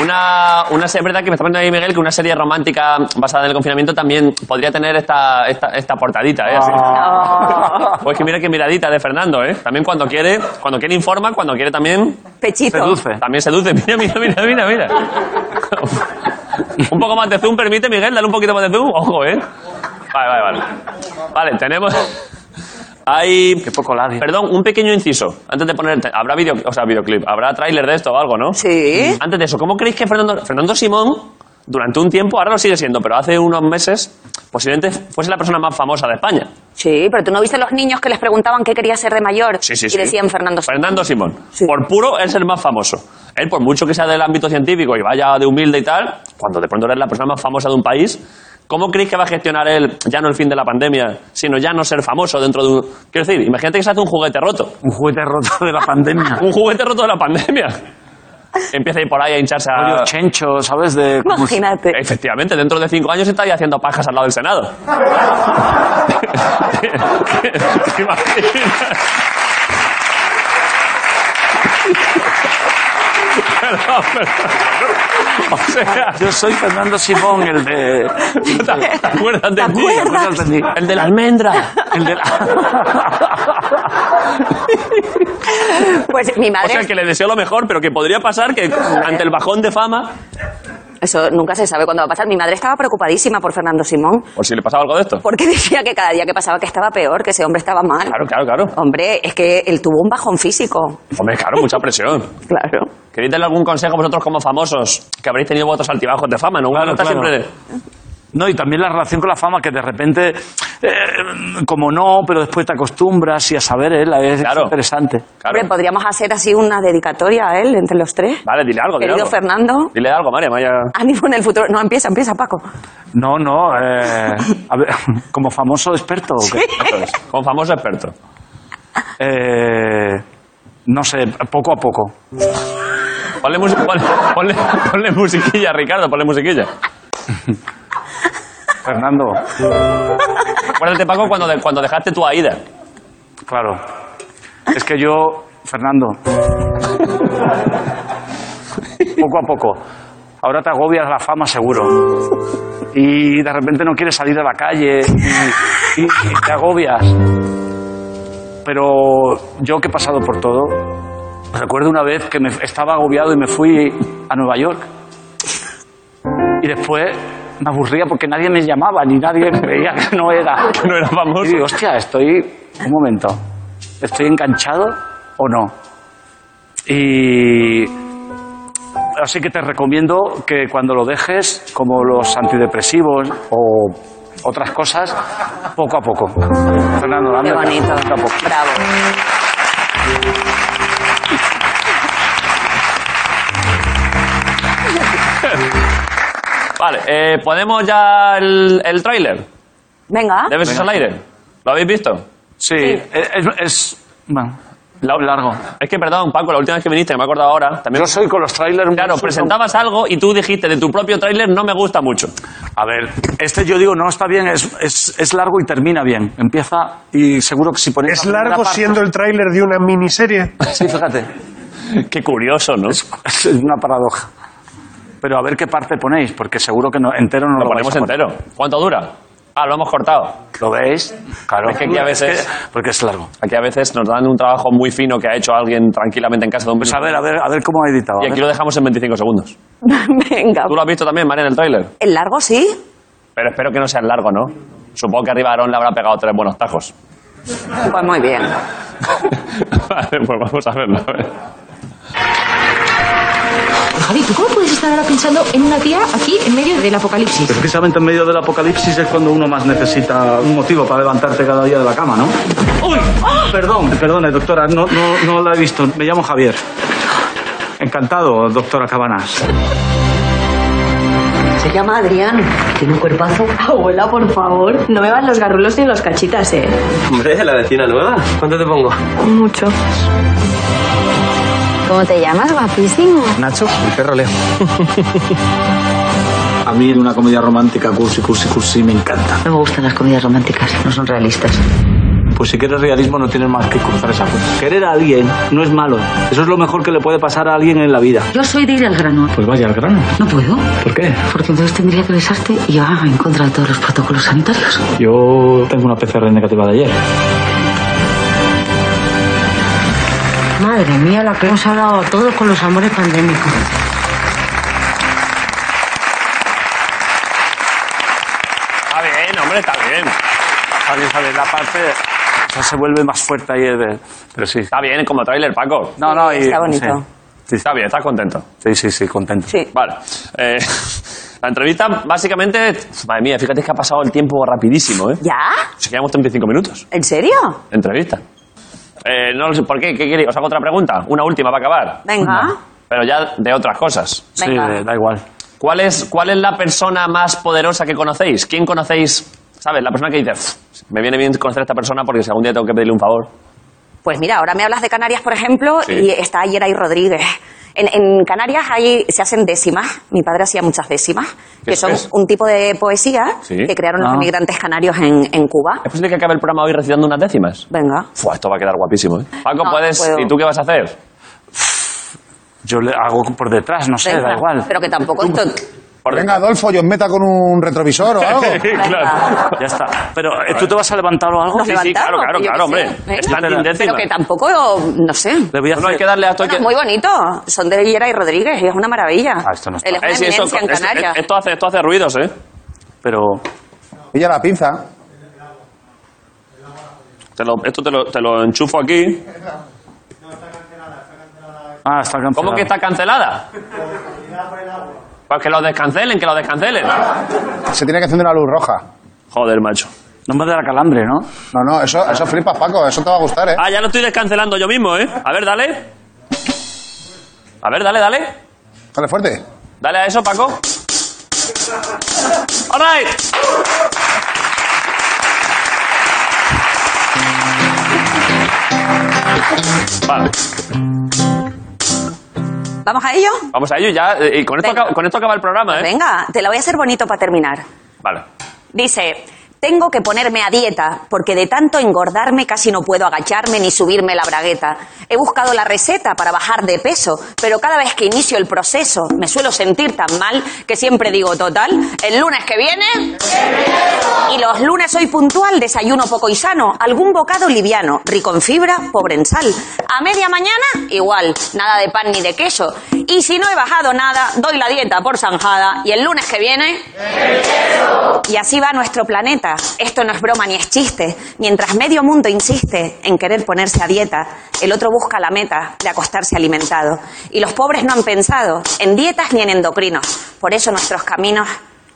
[SPEAKER 1] Una, una se- es verdad que me está poniendo ahí Miguel que una serie romántica basada en el confinamiento también podría tener esta, esta, esta portadita, ¿eh? Así.
[SPEAKER 9] Ah.
[SPEAKER 8] Oh,
[SPEAKER 1] Pues que mira qué miradita de Fernando, ¿eh? También cuando quiere, cuando quiere informa, cuando quiere también,
[SPEAKER 8] Pechito.
[SPEAKER 9] Seduce.
[SPEAKER 1] también seduce. Mira, mira, mira, mira, mira. un poco más de zoom, permite, Miguel, dale un poquito más de zoom. Ojo, ¿eh? Vale, vale, vale. Vale, tenemos... Hay...
[SPEAKER 9] Qué poco labio.
[SPEAKER 1] Perdón, un pequeño inciso. Antes de poner. Habrá video, o sea, videoclip, habrá tráiler de esto o algo, ¿no?
[SPEAKER 8] Sí.
[SPEAKER 1] Antes de eso, ¿cómo creéis que Fernando, Fernando Simón, durante un tiempo, ahora lo sigue siendo, pero hace unos meses, posiblemente fuese la persona más famosa de España?
[SPEAKER 8] Sí, pero tú no viste los niños que les preguntaban qué quería ser de mayor
[SPEAKER 1] Sí, sí,
[SPEAKER 8] y
[SPEAKER 1] sí.
[SPEAKER 8] decían Fernando Simón.
[SPEAKER 1] Fernando Simón.
[SPEAKER 8] Sí.
[SPEAKER 1] Por puro es el más famoso. Él, por mucho que sea del ámbito científico y vaya de humilde y tal, cuando de pronto eres la persona más famosa de un país, ¿cómo creéis que va a gestionar él ya no el fin de la pandemia, sino ya no ser famoso dentro de un... Quiero decir, imagínate que se hace un juguete roto.
[SPEAKER 9] Un juguete roto de la pandemia.
[SPEAKER 1] Un juguete roto de la pandemia. Empieza a ir por ahí a hincharse a...
[SPEAKER 9] Mario Chencho, ¿sabes? De,
[SPEAKER 8] Imagínate.
[SPEAKER 1] Efectivamente, dentro de cinco años estaría haciendo pajas al lado del Senado. ¿Te imaginas? Perdón, perdón. O sea,
[SPEAKER 9] Yo soy Fernando Simón, el de...
[SPEAKER 1] ¿te te acuerdas de
[SPEAKER 8] ¿Te
[SPEAKER 1] ti?
[SPEAKER 8] acuerdas?
[SPEAKER 1] El de la almendra.
[SPEAKER 9] El de la...
[SPEAKER 8] Pues mi
[SPEAKER 1] O
[SPEAKER 8] madre.
[SPEAKER 1] sea, que le deseo lo mejor, pero que podría pasar que ante el bajón de fama,
[SPEAKER 8] Eso nunca se sabe cuándo va a pasar. Mi madre estaba preocupadísima por Fernando Simón.
[SPEAKER 1] por si le pasaba algo de esto.
[SPEAKER 8] Porque decía que cada día que pasaba que estaba peor, que ese hombre estaba mal.
[SPEAKER 1] Claro, claro, claro.
[SPEAKER 8] Hombre, es que él tuvo un bajón físico.
[SPEAKER 1] Hombre, claro, mucha presión.
[SPEAKER 8] Claro.
[SPEAKER 1] ¿Queréis darle algún consejo vosotros como famosos que habréis tenido vuestros altibajos de fama? No, Uno
[SPEAKER 9] Claro,
[SPEAKER 1] está
[SPEAKER 9] claro.
[SPEAKER 1] siempre...
[SPEAKER 9] No, y también la relación con la fama, que de repente, eh, como no, pero después te acostumbras y a saber, ¿eh? La- es
[SPEAKER 1] Claro.
[SPEAKER 9] interesante.
[SPEAKER 1] Claro.
[SPEAKER 8] Hombre, pues, podríamos hacer así una dedicatoria a él entre los tres.
[SPEAKER 1] Vale, dile algo, dile
[SPEAKER 8] Querido
[SPEAKER 1] algo.
[SPEAKER 8] Fernando,
[SPEAKER 1] Dile algo, María, María.
[SPEAKER 8] ánimo en el futuro. No, empieza, empieza, Paco.
[SPEAKER 9] No, no, eh, a ver, como famoso experto. ¿o qué?
[SPEAKER 1] Con famoso experto.
[SPEAKER 9] Eh, no sé, poco a poco.
[SPEAKER 1] Ponle, música- ponle, ponle- ponle musiquilla, Ricardo, ponle musiquilla.
[SPEAKER 9] Fernando,
[SPEAKER 1] Acuérdate, Paco, cuando, de- cuando dejaste tu Aida.
[SPEAKER 9] claro. Es que yo, Fernando, poco a poco. Ahora te agobias la fama seguro. Y de repente no quieres salir a la calle y, y- y te agobias. Pero yo que he pasado por todo, recuerdo una vez que me estaba agobiado y me fui a Nueva York. Y después me aburría porque nadie me llamaba ni nadie veía que no era.
[SPEAKER 1] Que no era famoso.
[SPEAKER 9] Y digo, hostia, estoy. Un momento. ¿Estoy enganchado o no? Y. Así que te recomiendo que cuando lo dejes, como los antidepresivos o otras cosas, poco a poco. Fernando, dame
[SPEAKER 8] Qué bonito.
[SPEAKER 9] poco a poco.
[SPEAKER 8] Bravo.
[SPEAKER 1] Vale, eh, ¿ponemos ya el, el tráiler?
[SPEAKER 8] Venga.
[SPEAKER 1] ¿De besos al aire? ¿Lo habéis visto?
[SPEAKER 9] Sí, es. es- bueno,
[SPEAKER 7] La- largo.
[SPEAKER 1] Es que, perdón, Paco, la última vez que viniste, que me he acordado ahora, también...
[SPEAKER 7] Yo soy con los trailers... muy
[SPEAKER 1] Claro,
[SPEAKER 7] sucio.
[SPEAKER 1] presentabas algo y tú dijiste de tu propio tráiler no me gusta mucho.
[SPEAKER 9] A ver, este yo digo, no, está bien, es, es, es largo y termina bien. Empieza y seguro que si pones...
[SPEAKER 5] ¿Es
[SPEAKER 9] la primera
[SPEAKER 5] largo
[SPEAKER 9] parte-
[SPEAKER 5] siendo el tráiler de una miniserie?
[SPEAKER 9] Sí, fíjate.
[SPEAKER 1] Qué curioso, ¿no?
[SPEAKER 9] Es una paradoja. Pero a ver qué parte ponéis, porque seguro que no, entero no lo,
[SPEAKER 1] Lo ponemos
[SPEAKER 9] vais a poner.
[SPEAKER 1] entero. ¿Cuánto dura? Ah, lo hemos cortado.
[SPEAKER 9] ¿Lo veis? Claro.
[SPEAKER 1] Es que aquí a veces-
[SPEAKER 9] que- porque es largo.
[SPEAKER 1] Aquí a veces nos dan un trabajo muy fino que ha hecho alguien tranquilamente en casa de un
[SPEAKER 9] Pues a ver, a ver, a ver cómo ha editado.
[SPEAKER 1] Y
[SPEAKER 9] a
[SPEAKER 1] aquí
[SPEAKER 9] ver.
[SPEAKER 1] lo dejamos en 25 segundos.
[SPEAKER 8] Venga.
[SPEAKER 1] Tú lo has visto también, María, en el tráiler.
[SPEAKER 8] ¿El largo sí?
[SPEAKER 1] Pero espero que no sea largo, ¿no? Supongo que arriba Aarón le habrá pegado tres buenos tajos.
[SPEAKER 8] Pues muy bien.
[SPEAKER 1] vale, pues vamos a verlo. a ver.
[SPEAKER 10] Javi, ¿tú cómo puedes estar ahora pensando en una tía aquí en medio del apocalipsis?
[SPEAKER 9] Precisamente en medio del apocalipsis es cuando uno más necesita un motivo para levantarte cada día de la cama, ¿no? ¡Uy! Perdón, perdone, doctora, no, no, no la he visto. Me llamo Javier. Encantado, doctora Cabanas.
[SPEAKER 10] Se llama Adrián. Tiene un cuerpazo. Abuela, por favor. No me van los garrulos ni los cachitas, ¿eh?
[SPEAKER 9] Hombre, la vecina nueva. ¿Cuánto te pongo?
[SPEAKER 10] Mucho.
[SPEAKER 12] ¿Cómo te llamas, guapísimo?
[SPEAKER 4] Nacho, el perro Leo.
[SPEAKER 9] A mí una comedia romántica cursi, cursi, cursi me encanta.
[SPEAKER 12] No me gustan las comidas románticas, no son realistas.
[SPEAKER 9] Pues si quieres realismo no tienes más que cruzar esa puerta. Querer a alguien no es malo. Eso es lo mejor que le puede pasar a alguien en la vida.
[SPEAKER 12] Yo soy de ir al grano.
[SPEAKER 9] Pues vaya al grano.
[SPEAKER 12] No puedo,
[SPEAKER 9] ¿Por qué?
[SPEAKER 12] porque entonces tendría que besarte y yo ah, en contra de todos los protocolos sanitarios.
[SPEAKER 9] Yo tengo una PCR negativa de ayer.
[SPEAKER 12] Madre mía, la que hemos hablado a todos con los amores pandémicos.
[SPEAKER 1] Está bien, hombre, está bien.
[SPEAKER 9] Javier, Javier, la parte o sea, se vuelve más fuerte ahí. de- Pero sí.
[SPEAKER 1] Está bien como tráiler, Paco.
[SPEAKER 9] No, no, y,
[SPEAKER 8] Está bonito.
[SPEAKER 9] no sé.
[SPEAKER 1] Está bien, estás contento.
[SPEAKER 9] Sí, sí, sí, contento.
[SPEAKER 8] Sí.
[SPEAKER 1] Vale. Eh, la entrevista, básicamente... Madre mía, fíjate que ha pasado el tiempo rapidísimo, ¿eh?
[SPEAKER 8] ¿Ya?
[SPEAKER 1] Se quedamos 35 minutos.
[SPEAKER 8] ¿En serio?
[SPEAKER 1] Entrevista. Eh, no lo sé, ¿por qué? ¿Qué queréis? ¿Os hago otra pregunta? Una última para acabar.
[SPEAKER 8] Venga.
[SPEAKER 1] Pero ya de otras cosas.
[SPEAKER 9] Sí,
[SPEAKER 8] Venga.
[SPEAKER 9] eh, da igual.
[SPEAKER 1] ¿Cuál es, ¿Cuál es la persona más poderosa que conocéis? ¿Quién conocéis? ¿Sabes? La persona que dice, "Pff, me viene bien conocer a esta persona porque si algún día tengo que pedirle un favor.
[SPEAKER 8] Pues mira, ahora me hablas de Canarias, por ejemplo,
[SPEAKER 1] Sí.
[SPEAKER 8] y está ayer ahí Rodríguez. En, en Canarias ahí se hacen décimas. Mi padre hacía muchas décimas,
[SPEAKER 1] ¿Qué
[SPEAKER 8] que
[SPEAKER 1] es
[SPEAKER 8] son
[SPEAKER 1] eso?
[SPEAKER 8] un tipo de poesía
[SPEAKER 1] Sí.
[SPEAKER 8] que crearon
[SPEAKER 9] Ah.
[SPEAKER 8] los emigrantes canarios en, en Cuba.
[SPEAKER 1] ¿Es posible que acabe el programa hoy recitando unas décimas?
[SPEAKER 8] Venga.
[SPEAKER 1] Fua, esto va a quedar guapísimo, ¿eh? Paco,
[SPEAKER 8] No,
[SPEAKER 1] puedes...
[SPEAKER 8] puedo.
[SPEAKER 1] ¿Y tú qué vas a hacer?
[SPEAKER 9] Yo le hago por detrás, no sé,
[SPEAKER 8] venga.
[SPEAKER 9] da igual.
[SPEAKER 8] Pero que tampoco esto.
[SPEAKER 2] Venga, Adolfo, yo os meta con un retrovisor o algo.
[SPEAKER 8] Venga.
[SPEAKER 9] Ya está. Pero, eh, ¿tú te vas a levantar o algo?
[SPEAKER 8] Nos
[SPEAKER 1] sí,
[SPEAKER 8] levantamos,
[SPEAKER 1] claro, claro,
[SPEAKER 8] que yo
[SPEAKER 1] claro,
[SPEAKER 8] qué sé.
[SPEAKER 1] hombre.
[SPEAKER 8] Venga.
[SPEAKER 1] Están
[SPEAKER 8] Pero-
[SPEAKER 1] en décimas.
[SPEAKER 8] Pero que tampoco, no sé.
[SPEAKER 9] Le voy a
[SPEAKER 1] No, hay
[SPEAKER 9] hacer-
[SPEAKER 1] que darle a esto... hay
[SPEAKER 8] Bueno,
[SPEAKER 1] que-
[SPEAKER 8] es muy bonito. Son de Higuera y Rodríguez y es una maravilla.
[SPEAKER 9] Ah, esto no está-
[SPEAKER 8] Él es una
[SPEAKER 1] Eh, sí,
[SPEAKER 8] eminencia
[SPEAKER 1] esto,
[SPEAKER 8] en
[SPEAKER 1] es-
[SPEAKER 8] Canarias.
[SPEAKER 1] es- esto hace, esto hace ruidos, ¿eh?
[SPEAKER 9] Pero
[SPEAKER 2] Pilla la pinza.
[SPEAKER 1] Te lo- esto te lo, te lo enchufo aquí.
[SPEAKER 9] ah, está cancelado.
[SPEAKER 1] ¿Cómo que está cancelada? Pues que lo descancelen, que lo descancelen.
[SPEAKER 2] Se tiene que encender una luz roja.
[SPEAKER 1] Joder, macho.
[SPEAKER 9] No me dará calambre, ¿no?
[SPEAKER 2] No, no, eso, eso flipas, Paco. Eso te va a gustar, ¿eh?
[SPEAKER 1] Ah, ya lo estoy descancelando yo mismo, ¿eh? A ver, dale. A ver, dale, dale.
[SPEAKER 2] Dale fuerte.
[SPEAKER 1] Dale a eso, Paco. All right. Vale,
[SPEAKER 8] ¿Vamos a ello?
[SPEAKER 1] vamos a ello ya. eh, Y con esto,
[SPEAKER 8] Venga.
[SPEAKER 1] acaba, con esto acaba el programa, ¿eh?
[SPEAKER 8] Venga, te la voy a hacer bonito para terminar.
[SPEAKER 1] Vale.
[SPEAKER 8] Dice, tengo que ponerme a dieta porque de tanto engordarme casi no puedo agacharme ni subirme la bragueta. He buscado la receta para bajar de peso, pero cada vez que inicio el proceso me suelo sentir tan mal que siempre digo, total, el lunes que viene... Y los lunes soy puntual, desayuno poco y sano, algún bocado liviano, rico en fibra, pobre en sal. A media mañana, igual, nada de pan ni de queso. Y si no he bajado nada, doy la dieta por zanjada y el lunes que viene... Y así va nuestro planeta. Esto no es broma ni es chiste. Mientras medio mundo insiste en querer ponerse a dieta, el otro busca la meta de acostarse alimentado. Y los pobres no han pensado en dietas ni en endocrinos. Por eso nuestros caminos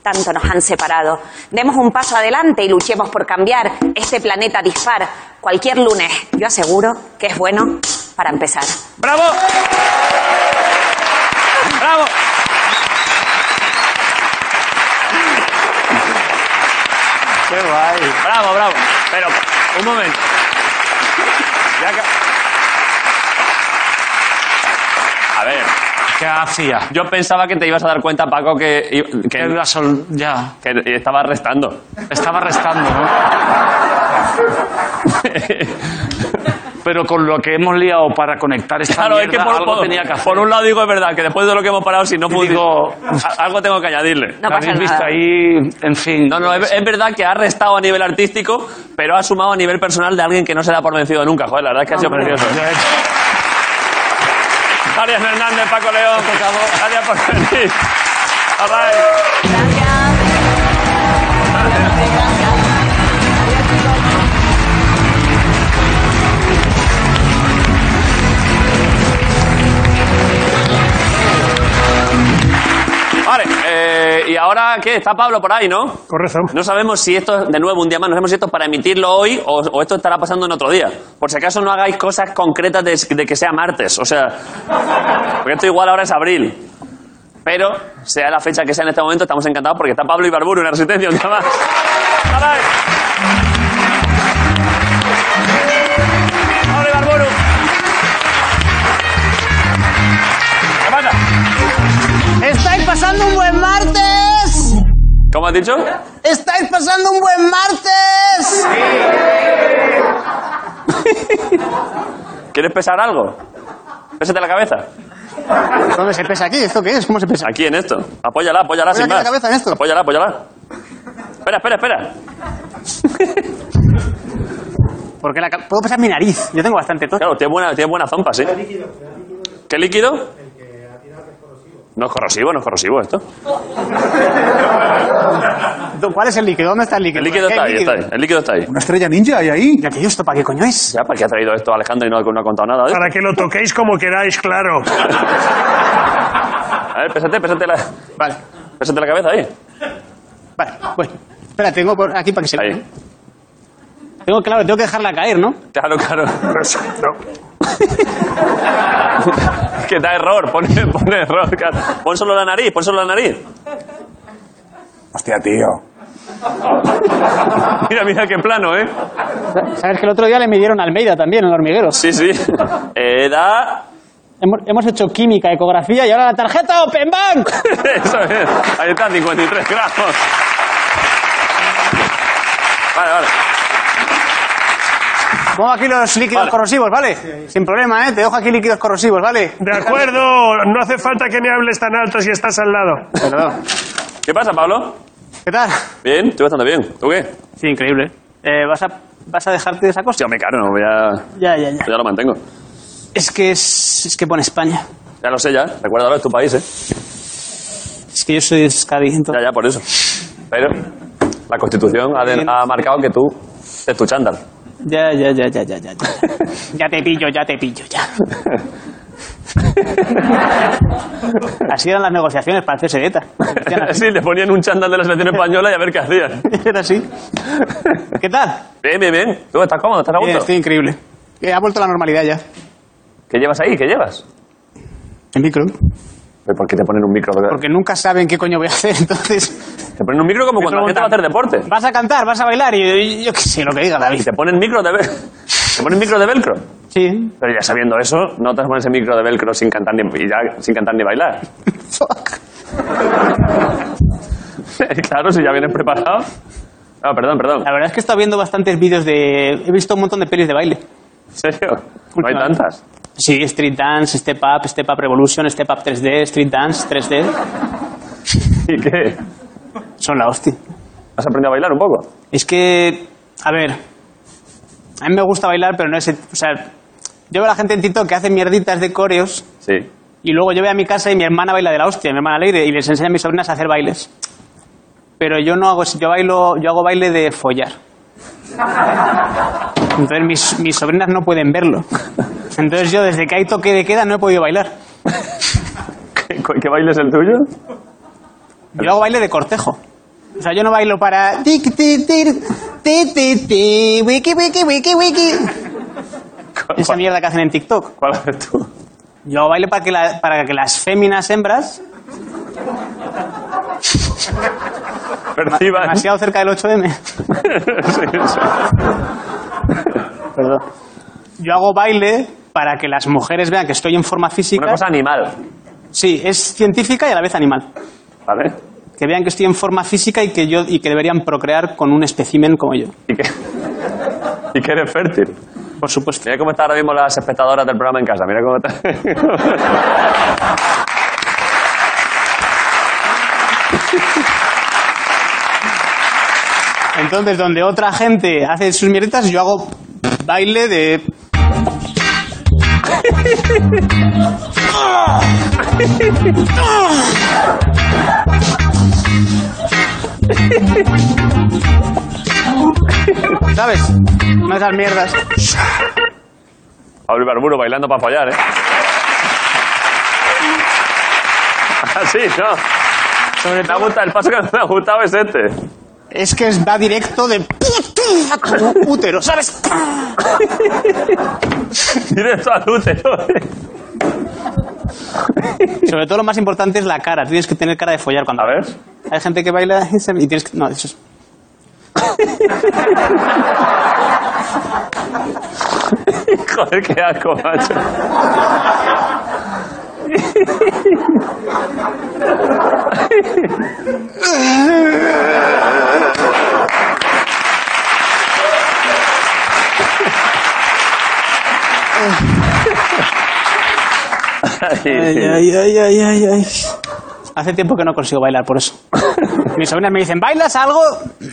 [SPEAKER 8] tanto nos han separado. Demos un paso adelante y luchemos por cambiar este planeta dispar. Cualquier lunes, yo aseguro que es bueno para empezar.
[SPEAKER 1] ¡Bravo! ¡Bravo!
[SPEAKER 9] Qué guay.
[SPEAKER 1] Bravo, bravo. Pero, un momento. Ya, ca- A ver.
[SPEAKER 7] ¿Qué hacía?
[SPEAKER 1] Yo pensaba que te ibas a dar cuenta, Paco, que. Que,
[SPEAKER 7] Era sol- ya.
[SPEAKER 1] que estaba restando.
[SPEAKER 7] Estaba restando, ¿no? Pero con lo que hemos liado para conectar esta
[SPEAKER 1] Claro, es que
[SPEAKER 7] mierda,
[SPEAKER 1] por,
[SPEAKER 7] algo
[SPEAKER 1] por-
[SPEAKER 7] tenía que hacer.
[SPEAKER 1] por un lado digo es verdad, que después de lo que hemos parado, si no pude,
[SPEAKER 7] digo-
[SPEAKER 1] algo tengo que añadirle.
[SPEAKER 8] No
[SPEAKER 7] ¿La
[SPEAKER 8] pasa
[SPEAKER 7] habéis visto
[SPEAKER 8] nada.
[SPEAKER 7] ahí, en fin.
[SPEAKER 1] No, no, es, es verdad que ha restado a nivel artístico, pero ha sumado a nivel personal de alguien que no se da por vencido nunca. Joder, la verdad es que ha sido precioso. Gracias, Fernández, Paco León. Gracias por venir. All right. Vale, eh, y ahora, ¿qué? Está Pablo por ahí, ¿no?
[SPEAKER 5] Correcto.
[SPEAKER 1] No sabemos si esto, de nuevo, un día más, no sabemos si esto es para emitirlo hoy o, o esto estará pasando en otro día. Por si acaso no hagáis cosas concretas de, de que sea martes, o sea, porque esto igual ahora es abril. Pero, sea la fecha que sea en este momento, estamos encantados porque está Pablo Ibarburu en la Resistencia, un día más. ¡Caray! ¡Pablo Ibarburu! ¿Qué pasa?
[SPEAKER 13] ¿Estáis pasando un buen martes?
[SPEAKER 1] ¿Cómo has dicho?
[SPEAKER 13] ¿Estáis pasando un buen martes?
[SPEAKER 1] ¿Quieres pesar algo? Pésate la cabeza.
[SPEAKER 13] ¿Dónde se pesa aquí? ¿Esto qué es? ¿Cómo se pesa?
[SPEAKER 1] Aquí en esto. Apóyala, apóyala sin
[SPEAKER 13] aquí
[SPEAKER 1] más.
[SPEAKER 13] la cabeza en esto.
[SPEAKER 1] Apóyala, apóyala. Espera, espera, espera.
[SPEAKER 13] Porque la ca- puedo pesar mi nariz. Yo tengo bastante tos.
[SPEAKER 1] Claro, tienes buena, tienes buena zompa, ¿sí? ¿Qué líquido? No es corrosivo, no es corrosivo esto.
[SPEAKER 13] ¿Cuál es el líquido? ¿Dónde está el líquido?
[SPEAKER 1] El líquido
[SPEAKER 13] ¿Qué
[SPEAKER 1] está ahí, está
[SPEAKER 13] líquido?
[SPEAKER 1] ahí. El líquido está ahí.
[SPEAKER 2] ¿Una estrella ninja hay ahí?
[SPEAKER 13] ¿Y aquello esto para qué coño es?
[SPEAKER 1] Ya, ¿para qué ha traído esto Alejandro y no, no ha contado nada? ¿eh?
[SPEAKER 5] Para que lo toquéis como queráis, claro.
[SPEAKER 1] A ver, pésate, pésate la,
[SPEAKER 13] Vale,
[SPEAKER 1] pésate la cabeza ahí.
[SPEAKER 13] vale. Bueno, espera, tengo por aquí para que se vea.
[SPEAKER 1] Ahí.
[SPEAKER 13] ¿no? Tengo, claro, tengo que dejarla caer, ¿no?
[SPEAKER 1] Claro, claro.
[SPEAKER 5] No.
[SPEAKER 1] Es que da error, pone, pone error. claro. Pon solo la nariz, pon solo la nariz.
[SPEAKER 2] Hostia, tío.
[SPEAKER 1] Mira, mira qué plano, ¿eh?
[SPEAKER 13] Sabes que el otro día le midieron a Almeida también, en el hormiguero.
[SPEAKER 1] Sí, sí. Eh, da
[SPEAKER 13] Hemos, hemos hecho química, ecografía y ahora la tarjeta Open Bank.
[SPEAKER 1] Eso es. Ahí está, 53 gramos. Vale, vale.
[SPEAKER 13] Pongo aquí los líquidos
[SPEAKER 1] Vale.
[SPEAKER 13] corrosivos, ¿vale? Sin problema, ¿eh? Te dejo aquí líquidos corrosivos, ¿vale?
[SPEAKER 5] De acuerdo, no hace falta que me hables tan alto si estás al lado.
[SPEAKER 13] Perdón.
[SPEAKER 1] ¿Qué pasa, Pablo?
[SPEAKER 13] ¿Qué tal?
[SPEAKER 1] Bien, estoy bastante bien. ¿Tú qué?
[SPEAKER 13] Sí, increíble. Eh, ¿vas, a, ¿Vas a dejarte de esa cosa?
[SPEAKER 1] Hostia, me caro, no, ya,
[SPEAKER 13] Ya, ya, ya.
[SPEAKER 1] ya lo mantengo.
[SPEAKER 13] Es que es, es que pone España.
[SPEAKER 1] Ya lo sé, ya. Recuérdalo, es tu país, ¿eh?
[SPEAKER 13] Es que yo soy de Euskadi,
[SPEAKER 1] Ya,
[SPEAKER 13] entonces.
[SPEAKER 1] ya, por eso. Pero la Constitución ha, de- ha marcado que tú es tu chándal.
[SPEAKER 13] Ya, ya, ya, ya, ya, ya. Ya, Ya te pillo, ya te pillo, ya. Así eran las negociaciones para el CSDETA.
[SPEAKER 1] Sí, le ponían un chándal de la selección española y a ver qué hacían.
[SPEAKER 13] Era así. ¿Qué tal?
[SPEAKER 1] Bien, bien, bien. ¿Tú estás cómodo? ¿Estás a
[SPEAKER 13] Bien,
[SPEAKER 1] gusto?
[SPEAKER 13] estoy increíble. Eh, ha vuelto a la normalidad ya.
[SPEAKER 1] ¿Qué llevas ahí? ¿Qué llevas?
[SPEAKER 13] El micro.
[SPEAKER 1] ¿Pero ¿Por qué te ponen un micro?
[SPEAKER 13] Porque nunca saben qué coño voy a hacer, entonces...
[SPEAKER 1] Te ponen un micro como
[SPEAKER 13] me
[SPEAKER 1] cuando la gente va a hacer
[SPEAKER 13] preguntan,
[SPEAKER 1] deporte.
[SPEAKER 13] Vas a cantar, vas a bailar y yo, yo qué sé, lo que diga
[SPEAKER 1] Y
[SPEAKER 13] David.
[SPEAKER 1] te ponen micro de, ve- te ponen micro de velcro.
[SPEAKER 13] Sí.
[SPEAKER 1] Pero ya sabiendo eso, no te pones el micro de velcro sin cantar ni, y ya- sin cantar ni bailar.
[SPEAKER 13] Fuck.
[SPEAKER 1] claro, si ya vienes preparado. Ah, perdón, perdón.
[SPEAKER 13] La verdad es que he estado viendo bastantes vídeos de... He visto un montón de pelis de baile.
[SPEAKER 1] ¿En serio? No hay
[SPEAKER 13] Últimamente.
[SPEAKER 1] tantas.
[SPEAKER 13] Sí, Street Dance, Step Up, Step Up Revolution, Step Up 3D, Street Dance 3D.
[SPEAKER 1] ¿Y qué?
[SPEAKER 13] Son la hostia.
[SPEAKER 1] ¿Has aprendido a bailar un poco?
[SPEAKER 13] Es que, Eh, a ver, a mí me gusta bailar, pero no es... O sea, yo veo a la gente en TikTok que hace mierditas de coreos
[SPEAKER 1] Sí.
[SPEAKER 13] y luego yo voy a mi casa y mi hermana baila de la hostia, mi hermana Leire, y les enseña a mis sobrinas a hacer bailes. Pero yo no hago... eso, Yo bailo... Yo hago baile de follar. Entonces mis, mis sobrinas no pueden verlo. Entonces yo desde que hay toque de queda no he podido bailar.
[SPEAKER 1] ¿Qué, cu- qué baile es el tuyo?
[SPEAKER 13] Yo hago baile de cortejo. O sea, yo no bailo para... tic, tic, tir, ti, ti, ti, wiki, wiki, wiki, wiki.
[SPEAKER 1] ¿Cuál,
[SPEAKER 13] Esa mierda que hacen en TikTok.
[SPEAKER 1] cuál haces tú?
[SPEAKER 13] Yo hago baile para que, la- para que las féminas hembras,
[SPEAKER 1] Perciban.
[SPEAKER 13] demasiado cerca del 8M,
[SPEAKER 1] ¿eh? Sí, sí.
[SPEAKER 13] yo hago baile pa- para que las mujeres vean que estoy en forma física.
[SPEAKER 1] Una cosa animal.
[SPEAKER 13] Sí, es científica y a la vez animal.
[SPEAKER 1] Vale.
[SPEAKER 13] Que vean que estoy en forma física y que, yo, y que deberían procrear con un espécimen como yo.
[SPEAKER 1] Y que, y que eres fértil.
[SPEAKER 13] Por supuesto.
[SPEAKER 1] Mira cómo están ahora mismo las espectadoras del programa en casa. Mira cómo está.
[SPEAKER 13] Entonces, donde otra gente hace sus mierditas, yo hago baile de. ¿Sabes? No esas mierdas.
[SPEAKER 1] Pablo Ibarburu bailando para follar, ¿eh? Así, Ah, ¿no?
[SPEAKER 13] Sobre
[SPEAKER 1] Me ha gustado, el paso que me ha gustado es este.
[SPEAKER 13] Es que va directo de como un útero, ¿sabes?
[SPEAKER 1] Directo al útero.
[SPEAKER 13] Sobre todo lo más importante es la cara. Tienes que tener cara de follar cuando.
[SPEAKER 1] A ver.
[SPEAKER 13] Hay gente que baila y se- y tienes que. No, eso es.
[SPEAKER 1] Joder, qué asco, macho.
[SPEAKER 13] Ay,
[SPEAKER 1] Ay,
[SPEAKER 13] ay, ay, ay, ay, ay. Hace tiempo que no consigo bailar por eso. Mis sobrinas me dicen, ¿bailas algo?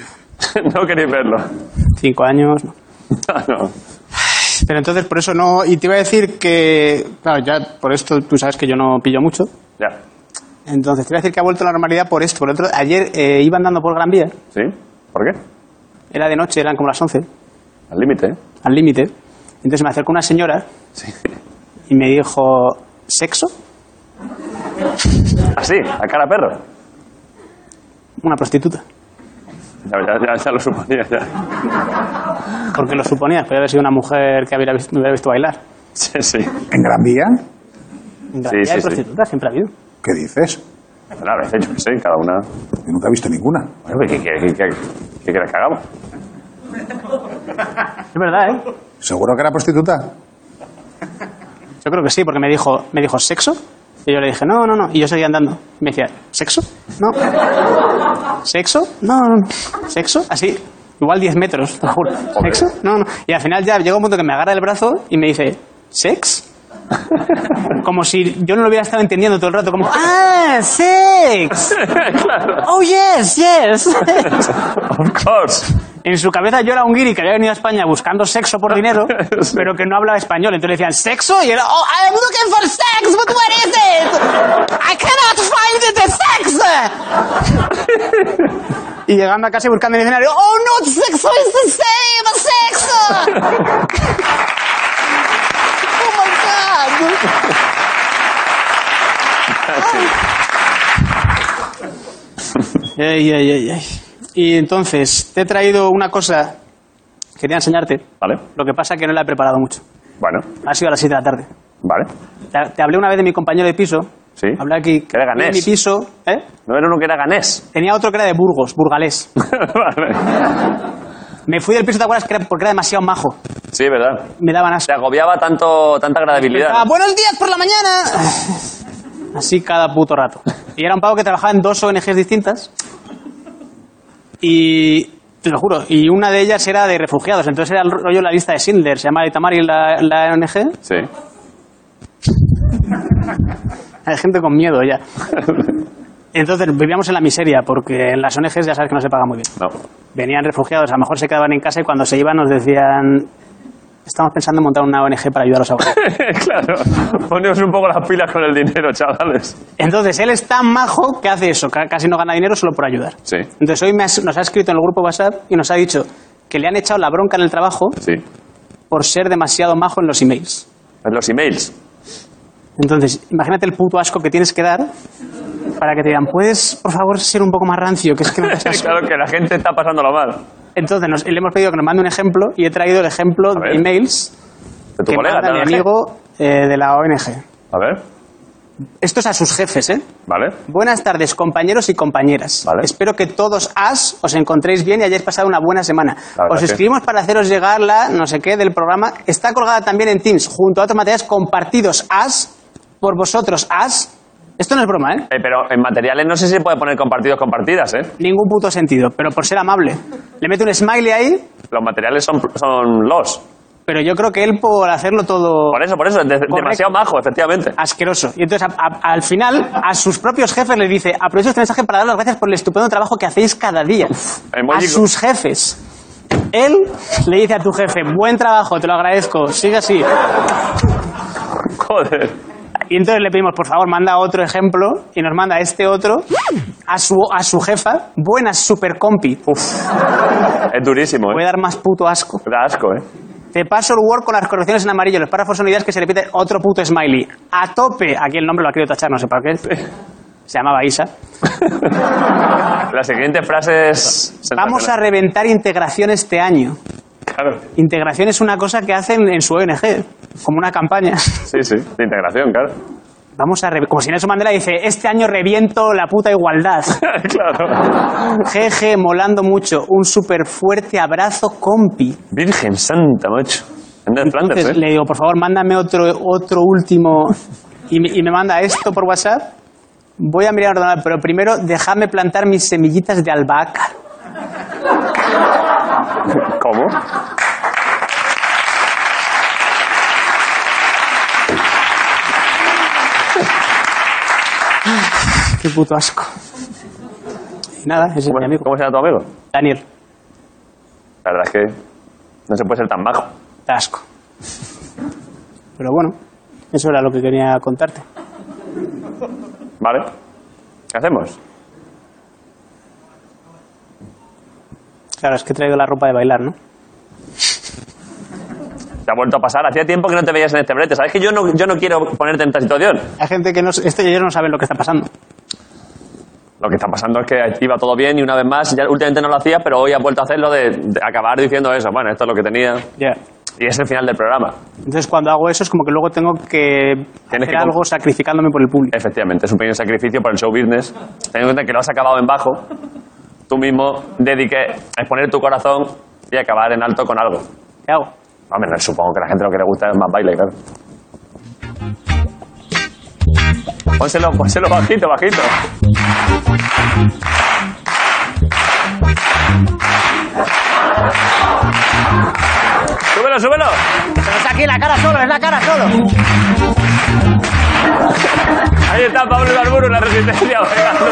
[SPEAKER 1] No queréis verlo.
[SPEAKER 13] Cinco años. no.
[SPEAKER 1] Ah, no.
[SPEAKER 13] Pero entonces por eso no. Y te iba a decir que. Claro, ya por esto tú sabes que yo no pillo mucho.
[SPEAKER 1] Ya.
[SPEAKER 13] Entonces te iba a decir que ha vuelto a la normalidad por esto. Por otro, ayer eh, iba andando por Gran Vía.
[SPEAKER 1] ¿Sí? ¿Por qué?
[SPEAKER 13] Era de noche, eran como las 11,
[SPEAKER 1] Al límite, ¿eh?
[SPEAKER 13] al límite. Entonces me acercó una señora
[SPEAKER 1] Sí.
[SPEAKER 13] y me dijo, ¿sexo?
[SPEAKER 1] Así, Ah, a cara a perro.
[SPEAKER 13] Una prostituta.
[SPEAKER 1] Ya, ya, ya, ya lo suponía, ya.
[SPEAKER 13] Porque lo suponía, podría haber sido una mujer que hubiera visto- me hubiera visto bailar.
[SPEAKER 1] Sí, sí.
[SPEAKER 2] ¿En Gran Vía?
[SPEAKER 13] En
[SPEAKER 1] Sí,
[SPEAKER 13] realidad
[SPEAKER 1] sí, sí.
[SPEAKER 13] hay prostitutas, siempre ha habido.
[SPEAKER 2] ¿Qué dices?
[SPEAKER 1] Bueno, a veces yo qué sé, cada una.
[SPEAKER 2] Yo nunca he visto ninguna.
[SPEAKER 1] Bueno, ¿qué, qué, qué, qué, qué quieres que hagamos?
[SPEAKER 13] Es verdad, ¿eh?
[SPEAKER 2] ¿Seguro que era prostituta?
[SPEAKER 13] Yo creo que sí, porque me dijo, me dijo ¿sexo? Y yo le dije, no, no, no. Y yo seguía andando. Y me decía, ¿sexo? No. ¿Sexo? No, no, no. ¿Sexo? Así. Igual 10 metros, te lo juro. ¿Sexo? No, no. Y al final ya llega un punto que me agarra el brazo y me dice, ¿sex? Como si yo no lo hubiera estado entendiendo todo el rato. Como, ¡ah, sex! ¡Oh, yes, yes!
[SPEAKER 1] Of course.
[SPEAKER 13] En su cabeza yo era un guiri que había venido a España buscando sexo por dinero, pero que no hablaba español. Entonces le decían sexo y era, oh, I'm looking for sex, but where is it? I cannot find it, the sex. Y llegando a casa y buscando en el escenario, oh no, sexo is the same, sexo. Oh my god. Ay, ay, ay, ay. Y entonces, te he traído una cosa. Quería enseñarte.
[SPEAKER 1] Vale.
[SPEAKER 13] Lo que pasa que no la he preparado mucho.
[SPEAKER 1] Bueno,
[SPEAKER 13] Ha sido a las 7 de la tarde.
[SPEAKER 1] vale.
[SPEAKER 13] Te, te hablé una vez de mi compañero de piso.
[SPEAKER 1] Sí.
[SPEAKER 13] Hablé aquí.
[SPEAKER 1] Que era ganés.
[SPEAKER 13] De mi piso. ¿eh?
[SPEAKER 1] No era uno que era ganés.
[SPEAKER 13] Tenía otro que era de Burgos, burgalés.
[SPEAKER 1] vale.
[SPEAKER 13] Me fui del piso, ¿te acuerdas? Que era- Porque era demasiado majo.
[SPEAKER 1] Sí, verdad.
[SPEAKER 13] Me daban asco.
[SPEAKER 1] Te agobiaba tanto, tanta agradabilidad.
[SPEAKER 13] Empezaba, Buenos días por la mañana. Así cada puto rato. Y era un pavo que trabajaba en dos ONGs distintas. Y te lo juro, y una de ellas era de refugiados. Entonces era el rollo la lista de Schindler. Se llamaba Itamari la, la ONG.
[SPEAKER 1] Sí.
[SPEAKER 13] Hay gente con miedo ya. Entonces vivíamos en la miseria porque en las ONGs ya sabes que no se paga muy bien.
[SPEAKER 1] No.
[SPEAKER 13] Venían refugiados, a lo mejor se quedaban en casa y cuando se iban nos decían. Estamos pensando en montar una ONG para ayudar a los abuelos.
[SPEAKER 1] claro. Poneos un poco las pilas con el dinero, chavales.
[SPEAKER 13] Entonces, él es tan majo que hace eso, ca- casi no gana dinero solo por ayudar.
[SPEAKER 1] Sí.
[SPEAKER 13] Entonces, hoy me has- nos ha escrito en el grupo WhatsApp y nos ha dicho que le han echado la bronca en el trabajo
[SPEAKER 1] Sí.
[SPEAKER 13] por ser demasiado majo en los emails.
[SPEAKER 1] En los emails.
[SPEAKER 13] Entonces, imagínate el puto asco que tienes que dar para que te digan, ¿puedes, por favor, ser un poco más rancio? Que es que no te asco.
[SPEAKER 1] claro que la gente está pasándolo mal.
[SPEAKER 13] Entonces, nos- le hemos pedido que nos mande un ejemplo y he traído el ejemplo
[SPEAKER 1] ver.
[SPEAKER 13] de emails
[SPEAKER 1] De tu
[SPEAKER 13] que
[SPEAKER 1] colega,
[SPEAKER 13] manda mi
[SPEAKER 1] ¿no?
[SPEAKER 13] amigo eh, de la ONG.
[SPEAKER 1] A ver.
[SPEAKER 13] Esto es a sus jefes, ¿eh?
[SPEAKER 1] Vale.
[SPEAKER 13] Buenas tardes, compañeros y compañeras. Espero que todos as os encontréis bien y hayáis pasado una buena semana.
[SPEAKER 14] verdad
[SPEAKER 13] Os
[SPEAKER 14] que-
[SPEAKER 13] escribimos para haceros llegar la no sé qué del programa. Está colgada también en Teams, junto a otros materiales compartidos as por vosotros as. Esto no es broma, ¿eh?
[SPEAKER 1] Eh, pero en materiales no sé si se puede poner compartidos, compartidas, ¿eh?
[SPEAKER 13] Ningún puto sentido, pero por ser amable. Le mete un smiley ahí,
[SPEAKER 1] Los materiales son, son los.
[SPEAKER 13] pero yo creo que él por hacerlo todo...
[SPEAKER 1] Por eso, por eso, es de-
[SPEAKER 13] Correcto. Ah.
[SPEAKER 1] demasiado majo, efectivamente.
[SPEAKER 13] Asqueroso. Y entonces, a- a- al final, a sus propios jefes les dice, aprovecho este mensaje para dar las gracias por el estupendo trabajo que hacéis cada día. A
[SPEAKER 1] emoji-
[SPEAKER 13] sus jefes. Él le dice a tu jefe, buen trabajo, te lo agradezco, sigue así.
[SPEAKER 1] Joder.
[SPEAKER 13] Y entonces le pedimos, por favor, manda otro ejemplo y nos manda este otro a su, a su jefa, buena super compi.
[SPEAKER 1] Es durísimo,
[SPEAKER 13] Voy a
[SPEAKER 1] ¿eh?
[SPEAKER 13] dar más puto asco.
[SPEAKER 1] Da asco, ¿eh?
[SPEAKER 13] Te paso el Word con las correcciones en amarillo. Los párrafos son ideas que se repite otro puto smiley. A tope. Aquí el nombre lo ha querido tachar, no sé para qué. Se llamaba Isa.
[SPEAKER 1] La siguiente frase es.
[SPEAKER 13] Vamos a
[SPEAKER 1] sensacional.
[SPEAKER 13] reventar integración este año.
[SPEAKER 1] Claro.
[SPEAKER 13] Integración es una cosa que hacen en su ONG, como una campaña.
[SPEAKER 1] Sí, sí, de integración, claro.
[SPEAKER 13] Vamos a reventar. Como si Nelson Mandela dice, este año reviento la puta igualdad.
[SPEAKER 1] claro.
[SPEAKER 13] Jeje, molando mucho. Un súper fuerte abrazo, compi.
[SPEAKER 1] Virgen Santa, macho. Anda en Flandes,
[SPEAKER 13] Entonces
[SPEAKER 1] ¿eh?
[SPEAKER 13] le digo, por favor, mándame otro, otro último. Y me, y me manda esto por WhatsApp. Voy a mirar el ordenador, pero primero dejadme plantar mis semillitas de albahaca.
[SPEAKER 1] ¿Cómo?
[SPEAKER 13] Qué puto asco. Y nada, ese es mi amigo.
[SPEAKER 1] ¿Cómo se llama tu amigo?
[SPEAKER 13] Daniel,
[SPEAKER 1] La verdad es que no se puede ser tan bajo.
[SPEAKER 13] te asco. Pero bueno, eso era lo que quería contarte.
[SPEAKER 1] ¿Vale? ¿Qué hacemos?
[SPEAKER 13] Claro, es que he traído la ropa de bailar, ¿no?
[SPEAKER 1] Te ha vuelto a pasar. Hacía tiempo que no te veías en este brete. ¿Sabes que yo no, yo no quiero ponerte en esta situación?
[SPEAKER 13] Hay gente que no, este y ellos no saben lo que está pasando.
[SPEAKER 1] Lo que está pasando es que iba todo bien y una vez más, ya últimamente no lo hacía, pero hoy has vuelto a hacerlo de, de acabar diciendo eso. Bueno, esto es lo que tenía.
[SPEAKER 13] Ya.
[SPEAKER 1] Y es el final del programa.
[SPEAKER 13] Entonces cuando hago eso es como que luego tengo que
[SPEAKER 1] Tienes
[SPEAKER 13] hacer
[SPEAKER 1] que
[SPEAKER 13] algo sacrificándome por el público.
[SPEAKER 1] Efectivamente, es un pequeño sacrificio para el show business. Teniendo en cuenta que lo has acabado en bajo, tú mismo dedique a exponer tu corazón y acabar en alto con algo.
[SPEAKER 13] ¿Qué hago?
[SPEAKER 1] Hombre, no, supongo que a la gente lo que le gusta es más baile, claro. Pónselo, pónselo bajito, bajito. Súbelo, súbelo.
[SPEAKER 13] Pero aquí la cara solo, es la cara solo.
[SPEAKER 1] Ahí está Pablo Ibarburu, la resistencia. bailando.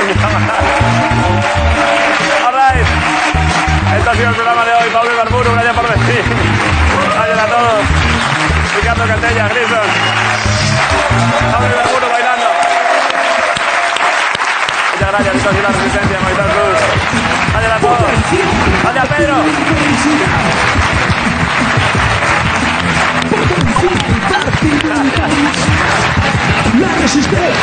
[SPEAKER 1] All right. Este ha sido el programa de hoy. Pablo Ibarburu, gracias por venir. Gracias a todos. Ricardo Cantella, Grison. Pablo Ibarburu bailando. Muchas gracias. Esto ha sido la resistencia. Moisés Cruz. Gracias a todos. Gracias, Pedro.
[SPEAKER 14] La resistencia.